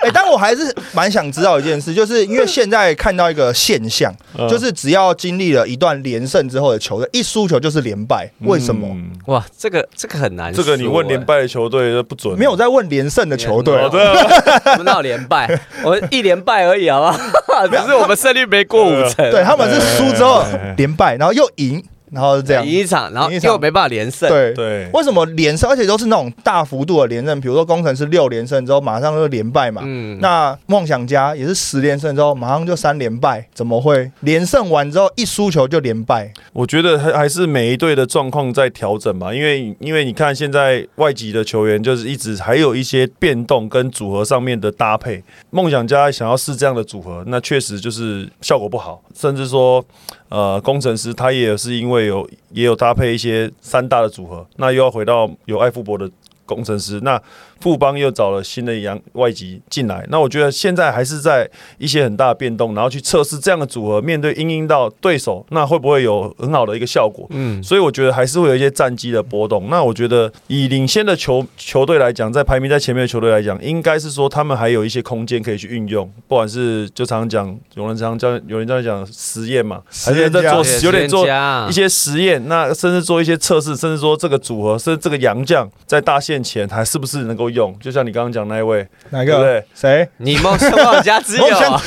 [SPEAKER 1] 哎、但我还是蛮想知道一件事，就是因为现在看到一个现象，
[SPEAKER 3] 嗯
[SPEAKER 1] 就是只要经历了一段连胜之后的球队，一输球就是连败， (laughs) 为什么？
[SPEAKER 3] 嗯
[SPEAKER 2] 哇，这个这个很难说
[SPEAKER 3] 这
[SPEAKER 2] 欸，
[SPEAKER 3] 个你问连败的球队这不准，
[SPEAKER 1] 没有在问连胜的球队、
[SPEAKER 3] 哦，
[SPEAKER 1] 啊。
[SPEAKER 3] 对啊，
[SPEAKER 2] 我们哪有连败？我们一连败而已，好不好？
[SPEAKER 3] (laughs)
[SPEAKER 2] 只是我们胜率没过五成，
[SPEAKER 1] 对他们是输之后
[SPEAKER 3] 哎哎哎
[SPEAKER 1] 连败，然后又赢，然后是这样。
[SPEAKER 2] 赢一场，然后
[SPEAKER 1] 赢一场
[SPEAKER 2] 又没办法连胜。
[SPEAKER 1] 对，
[SPEAKER 3] 对，
[SPEAKER 1] 为什么连胜，而且都是那种大幅度的连胜？比如说工程师六连胜之后马上就连败嘛，
[SPEAKER 2] 嗯，
[SPEAKER 1] 那梦想家也是十连胜之后马上就三连败，怎么会连胜完之后一输球就连败？
[SPEAKER 3] 我觉得还还是每一队的状况在调整嘛，因为因为你看现在外籍的球员就是一直还有一些变动跟组合上面的搭配，梦想家想要试这样的组合，那确实就是效果不好，甚至说呃工程师他也是因为有也有搭配一些三大的组合，那又要回到有艾富伯的。工程师，那富邦又找了新的洋外籍进来，那我觉得现在还是在一些很大的变动，然后去测试这样的组合，面对英英到对手，那会不会有很好的一个效果？
[SPEAKER 2] 嗯，
[SPEAKER 3] 所以我觉得还是会有一些战机的波动。那我觉得以领先的球球队来讲，在排名在前面的球队来讲，应该是说他们还有一些空间可以去运用，不管是就常常讲有人常讲有人这样讲实验嘛，还是在做
[SPEAKER 1] 实
[SPEAKER 3] 有点做
[SPEAKER 2] 一
[SPEAKER 3] 一些实验，那甚至做一些测试，甚至说这个组合，甚至这个洋将在大限线前还是不是能够用？就像你刚刚讲那一位，
[SPEAKER 1] 哪
[SPEAKER 3] 对不
[SPEAKER 1] 个
[SPEAKER 3] 对？
[SPEAKER 1] 谁？
[SPEAKER 2] 你梦想妄加之
[SPEAKER 1] 梦
[SPEAKER 2] 友
[SPEAKER 1] 想
[SPEAKER 2] 啊，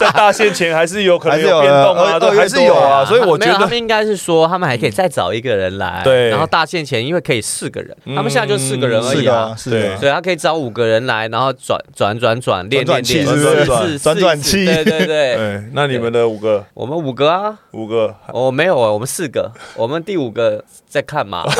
[SPEAKER 3] 在大线前还是有可能
[SPEAKER 1] 还是有
[SPEAKER 3] 变动
[SPEAKER 1] 呃
[SPEAKER 3] 啊，
[SPEAKER 1] 呃
[SPEAKER 3] 对，还是有
[SPEAKER 1] 对
[SPEAKER 3] 啊，所以我觉
[SPEAKER 2] 没有他
[SPEAKER 3] 得
[SPEAKER 2] 们应该是说，他们还可以再找一个人来，
[SPEAKER 3] 对
[SPEAKER 2] 然后大限前因为可以四个人，
[SPEAKER 3] 嗯
[SPEAKER 2] 他们现在就四个人而
[SPEAKER 1] 是
[SPEAKER 2] 已
[SPEAKER 1] 的
[SPEAKER 2] 啊
[SPEAKER 1] 啊，，是的啊。
[SPEAKER 2] 所以他可以找五个人来，然后转转转转练
[SPEAKER 1] 转
[SPEAKER 2] 练练，
[SPEAKER 1] 转
[SPEAKER 3] 气是不是
[SPEAKER 2] 转
[SPEAKER 1] 转转气
[SPEAKER 2] 对对对，
[SPEAKER 3] 哎，那你们的五个
[SPEAKER 2] 我们五个啊，
[SPEAKER 3] 五个
[SPEAKER 2] 我没有啊，我们四个，我们第五个在看嘛， (laughs)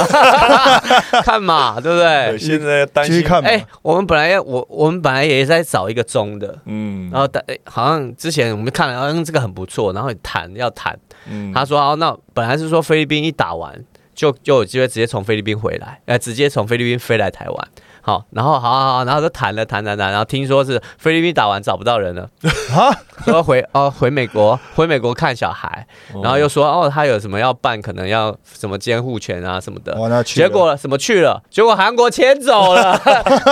[SPEAKER 2] 看嘛，对不
[SPEAKER 3] 对，
[SPEAKER 2] 对？
[SPEAKER 3] 现在担
[SPEAKER 1] 继续
[SPEAKER 3] 心，
[SPEAKER 1] 看吧。
[SPEAKER 2] 哎，我们本来要我我们本来也在找一个中的。
[SPEAKER 3] 嗯
[SPEAKER 2] 然后但、哎好像之前我们看了，嗯，这个很不错，然后谈要谈，
[SPEAKER 3] 嗯
[SPEAKER 2] 他说：“哦，那本来是说菲律宾一打完就就有机会直接从菲律宾回来，呃，直接从菲律宾飞来台湾。好，然后好好好，然后就谈了谈谈谈，然后听说是菲律宾打完找不到人了，
[SPEAKER 1] 啊，
[SPEAKER 2] 说回哦回美国回美国看小孩，然后又说哦他有什么要办，可能要什么监护权啊什么的。”
[SPEAKER 1] 我那去
[SPEAKER 2] 结
[SPEAKER 1] 了
[SPEAKER 2] 果什么去了？结果韩国迁走了，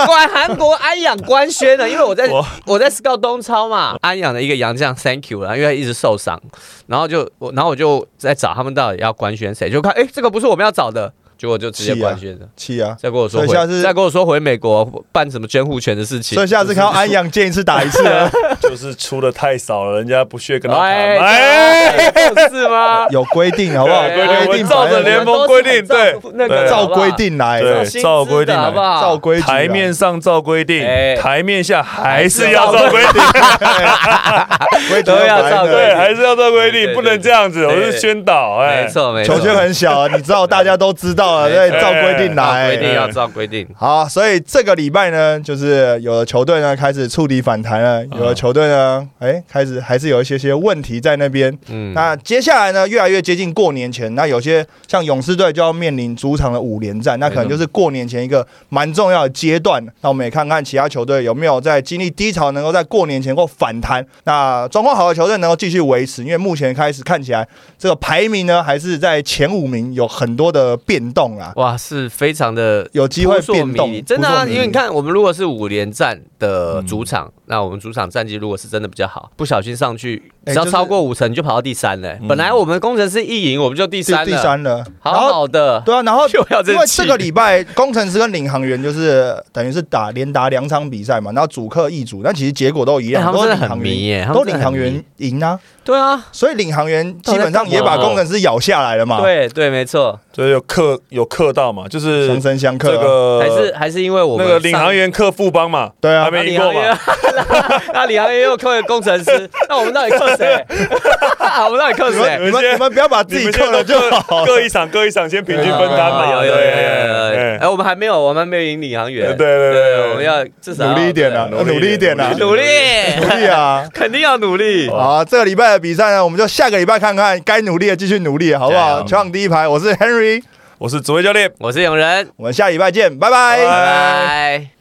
[SPEAKER 2] 关韩国安养官宣了，因为我在
[SPEAKER 3] 我
[SPEAKER 2] 我在 scout 东超嘛，安养的一个洋将 thank you 了，因为他一直受伤，然后就我然后我就在找他们到底要官宣谁，就看哎这个不是我们要找的，结果就直接
[SPEAKER 1] 是啊
[SPEAKER 2] 官宣了。
[SPEAKER 1] 气啊！
[SPEAKER 2] 再跟我
[SPEAKER 1] 所
[SPEAKER 2] 说
[SPEAKER 1] 以下
[SPEAKER 2] 回，
[SPEAKER 1] 次
[SPEAKER 2] 再跟我说回美国办什么监护权的事情。
[SPEAKER 1] 所以下次看到安阳见一次打一次
[SPEAKER 3] (laughs)
[SPEAKER 1] 啊，
[SPEAKER 3] 就是出的太少了，人家不屑跟他谈，哎，
[SPEAKER 2] 哎，这是吗？
[SPEAKER 1] 有规定好不好？
[SPEAKER 3] 对有规定
[SPEAKER 1] 规定
[SPEAKER 3] 照着
[SPEAKER 1] 反正
[SPEAKER 3] 联盟规定对
[SPEAKER 2] 那
[SPEAKER 3] 对
[SPEAKER 2] 个
[SPEAKER 1] 照规，定来，
[SPEAKER 3] 对
[SPEAKER 2] 薪
[SPEAKER 3] 照规
[SPEAKER 2] 资的
[SPEAKER 3] 定来
[SPEAKER 2] 好不好？
[SPEAKER 1] 照规矩啊来
[SPEAKER 3] 台面上照规定
[SPEAKER 2] 哎，
[SPEAKER 3] 台面下还是要照规定，
[SPEAKER 1] 规矩
[SPEAKER 2] 都要
[SPEAKER 1] 来
[SPEAKER 2] 照
[SPEAKER 1] 的
[SPEAKER 2] 规
[SPEAKER 3] 对，
[SPEAKER 2] 定
[SPEAKER 3] 还是要照
[SPEAKER 2] 对
[SPEAKER 3] 规定，
[SPEAKER 2] 对
[SPEAKER 3] 不能这样子，我
[SPEAKER 2] 对
[SPEAKER 3] 是宣导，哎，
[SPEAKER 2] 没，错没错，
[SPEAKER 1] 球圈很小啊，你知道大家都知道了，
[SPEAKER 2] 没
[SPEAKER 1] 对
[SPEAKER 2] 错，哎
[SPEAKER 1] 照规定
[SPEAKER 2] 照规定
[SPEAKER 1] 来。嗯
[SPEAKER 2] 要照规定。
[SPEAKER 1] 好，所以这个礼拜呢，就是有的球队呢开始触底反弹了，
[SPEAKER 2] 啊
[SPEAKER 1] 有的球队呢，哎，开始还是有一些些问题在那边。
[SPEAKER 2] 嗯，
[SPEAKER 1] 那接下来呢，越来越接近过年前，那有些像勇士队就要面临主场的五连战，那可能就是过年前一个蛮重要的阶段。那我们也看看其他球队有没有在经历低潮，能够在过年前或反弹。那状况好的球队能够继续维持，因为目前开始看起来这个排名呢还是在前五名有很多的变动啊，
[SPEAKER 2] 哇，是非常的
[SPEAKER 1] 有机会
[SPEAKER 2] 扑朔
[SPEAKER 1] 变
[SPEAKER 2] 迷离
[SPEAKER 1] 动，
[SPEAKER 2] 真的
[SPEAKER 1] 扑朔
[SPEAKER 2] 啊！
[SPEAKER 1] 迷
[SPEAKER 2] 因为你
[SPEAKER 1] 离。嗯
[SPEAKER 2] 看，我们如果是五连战的主场，那我们主场战绩如果是真的比较好，不小心上去，
[SPEAKER 1] 哎
[SPEAKER 2] 只要
[SPEAKER 1] 就是
[SPEAKER 2] 超过五成你就跑到第三了。
[SPEAKER 3] 嗯
[SPEAKER 2] 本来我们工程师一赢我们就第
[SPEAKER 1] 第
[SPEAKER 2] 三
[SPEAKER 1] 第
[SPEAKER 2] 了，
[SPEAKER 1] 三了，然
[SPEAKER 2] 好
[SPEAKER 1] 后
[SPEAKER 2] 好
[SPEAKER 1] (laughs)
[SPEAKER 2] 的，
[SPEAKER 1] 对啊，然后
[SPEAKER 2] 就要这
[SPEAKER 1] 因为
[SPEAKER 2] 气
[SPEAKER 1] 这个礼拜工程师跟领航员就是等于是打连打两场比赛嘛，然后主客一组，但其实结果都一
[SPEAKER 2] 哎
[SPEAKER 1] 样，
[SPEAKER 2] 他们
[SPEAKER 1] 都
[SPEAKER 2] 真
[SPEAKER 1] 是领
[SPEAKER 2] 的很
[SPEAKER 1] 航
[SPEAKER 2] 迷
[SPEAKER 1] 员，
[SPEAKER 2] 耶，他
[SPEAKER 1] 都
[SPEAKER 2] 们真
[SPEAKER 1] 领
[SPEAKER 2] 的很
[SPEAKER 1] 航
[SPEAKER 2] 迷
[SPEAKER 1] 员赢啊，
[SPEAKER 2] 对啊，
[SPEAKER 1] 所以领航员基本上也把工程师咬下来了嘛，，
[SPEAKER 2] 对对，没错，
[SPEAKER 3] 所以有克有克到嘛，就是
[SPEAKER 1] 相生相克、
[SPEAKER 3] 这
[SPEAKER 1] 啊，
[SPEAKER 3] 个
[SPEAKER 2] 还是还是因为我
[SPEAKER 3] 那
[SPEAKER 2] 们
[SPEAKER 3] 个领
[SPEAKER 2] 上
[SPEAKER 3] 航员克富邦嘛，
[SPEAKER 1] 对啊
[SPEAKER 3] 还，没赢过嘛，
[SPEAKER 2] 那李航员 (laughs) 又扣了工程师，那我们到底扣谁？ (laughs) 我们到底扣
[SPEAKER 1] 你
[SPEAKER 2] 谁
[SPEAKER 1] 们？
[SPEAKER 3] 你
[SPEAKER 1] 你
[SPEAKER 3] 们
[SPEAKER 1] 们你们不要把自
[SPEAKER 3] 你
[SPEAKER 1] 己
[SPEAKER 3] 们
[SPEAKER 1] 克
[SPEAKER 3] 现在
[SPEAKER 1] 了
[SPEAKER 3] 都
[SPEAKER 1] 就
[SPEAKER 3] 各
[SPEAKER 1] 好，
[SPEAKER 3] 各一场各一场先平均分担嘛，
[SPEAKER 2] 有
[SPEAKER 3] 对
[SPEAKER 2] 有有
[SPEAKER 3] 对
[SPEAKER 2] 有
[SPEAKER 3] 对
[SPEAKER 2] 有，哎，我们还没有，我们没有赢领航员。
[SPEAKER 3] 对对对对
[SPEAKER 2] 我们要至少要
[SPEAKER 1] 努力一点啊，
[SPEAKER 3] 对
[SPEAKER 1] 努力一点啊，
[SPEAKER 2] 努力，
[SPEAKER 1] 努力啊。
[SPEAKER 2] 肯定要努力。
[SPEAKER 1] 好啊，这个礼拜的比赛呢，我们就下个礼拜看看，该努力的继续努力，好不
[SPEAKER 2] 加
[SPEAKER 1] 好？
[SPEAKER 2] 油
[SPEAKER 1] 球场第一排，我是 Henry，
[SPEAKER 3] 我是紫薇教练。
[SPEAKER 2] 我是永仁，
[SPEAKER 1] 我们下礼拜见，
[SPEAKER 2] 拜拜。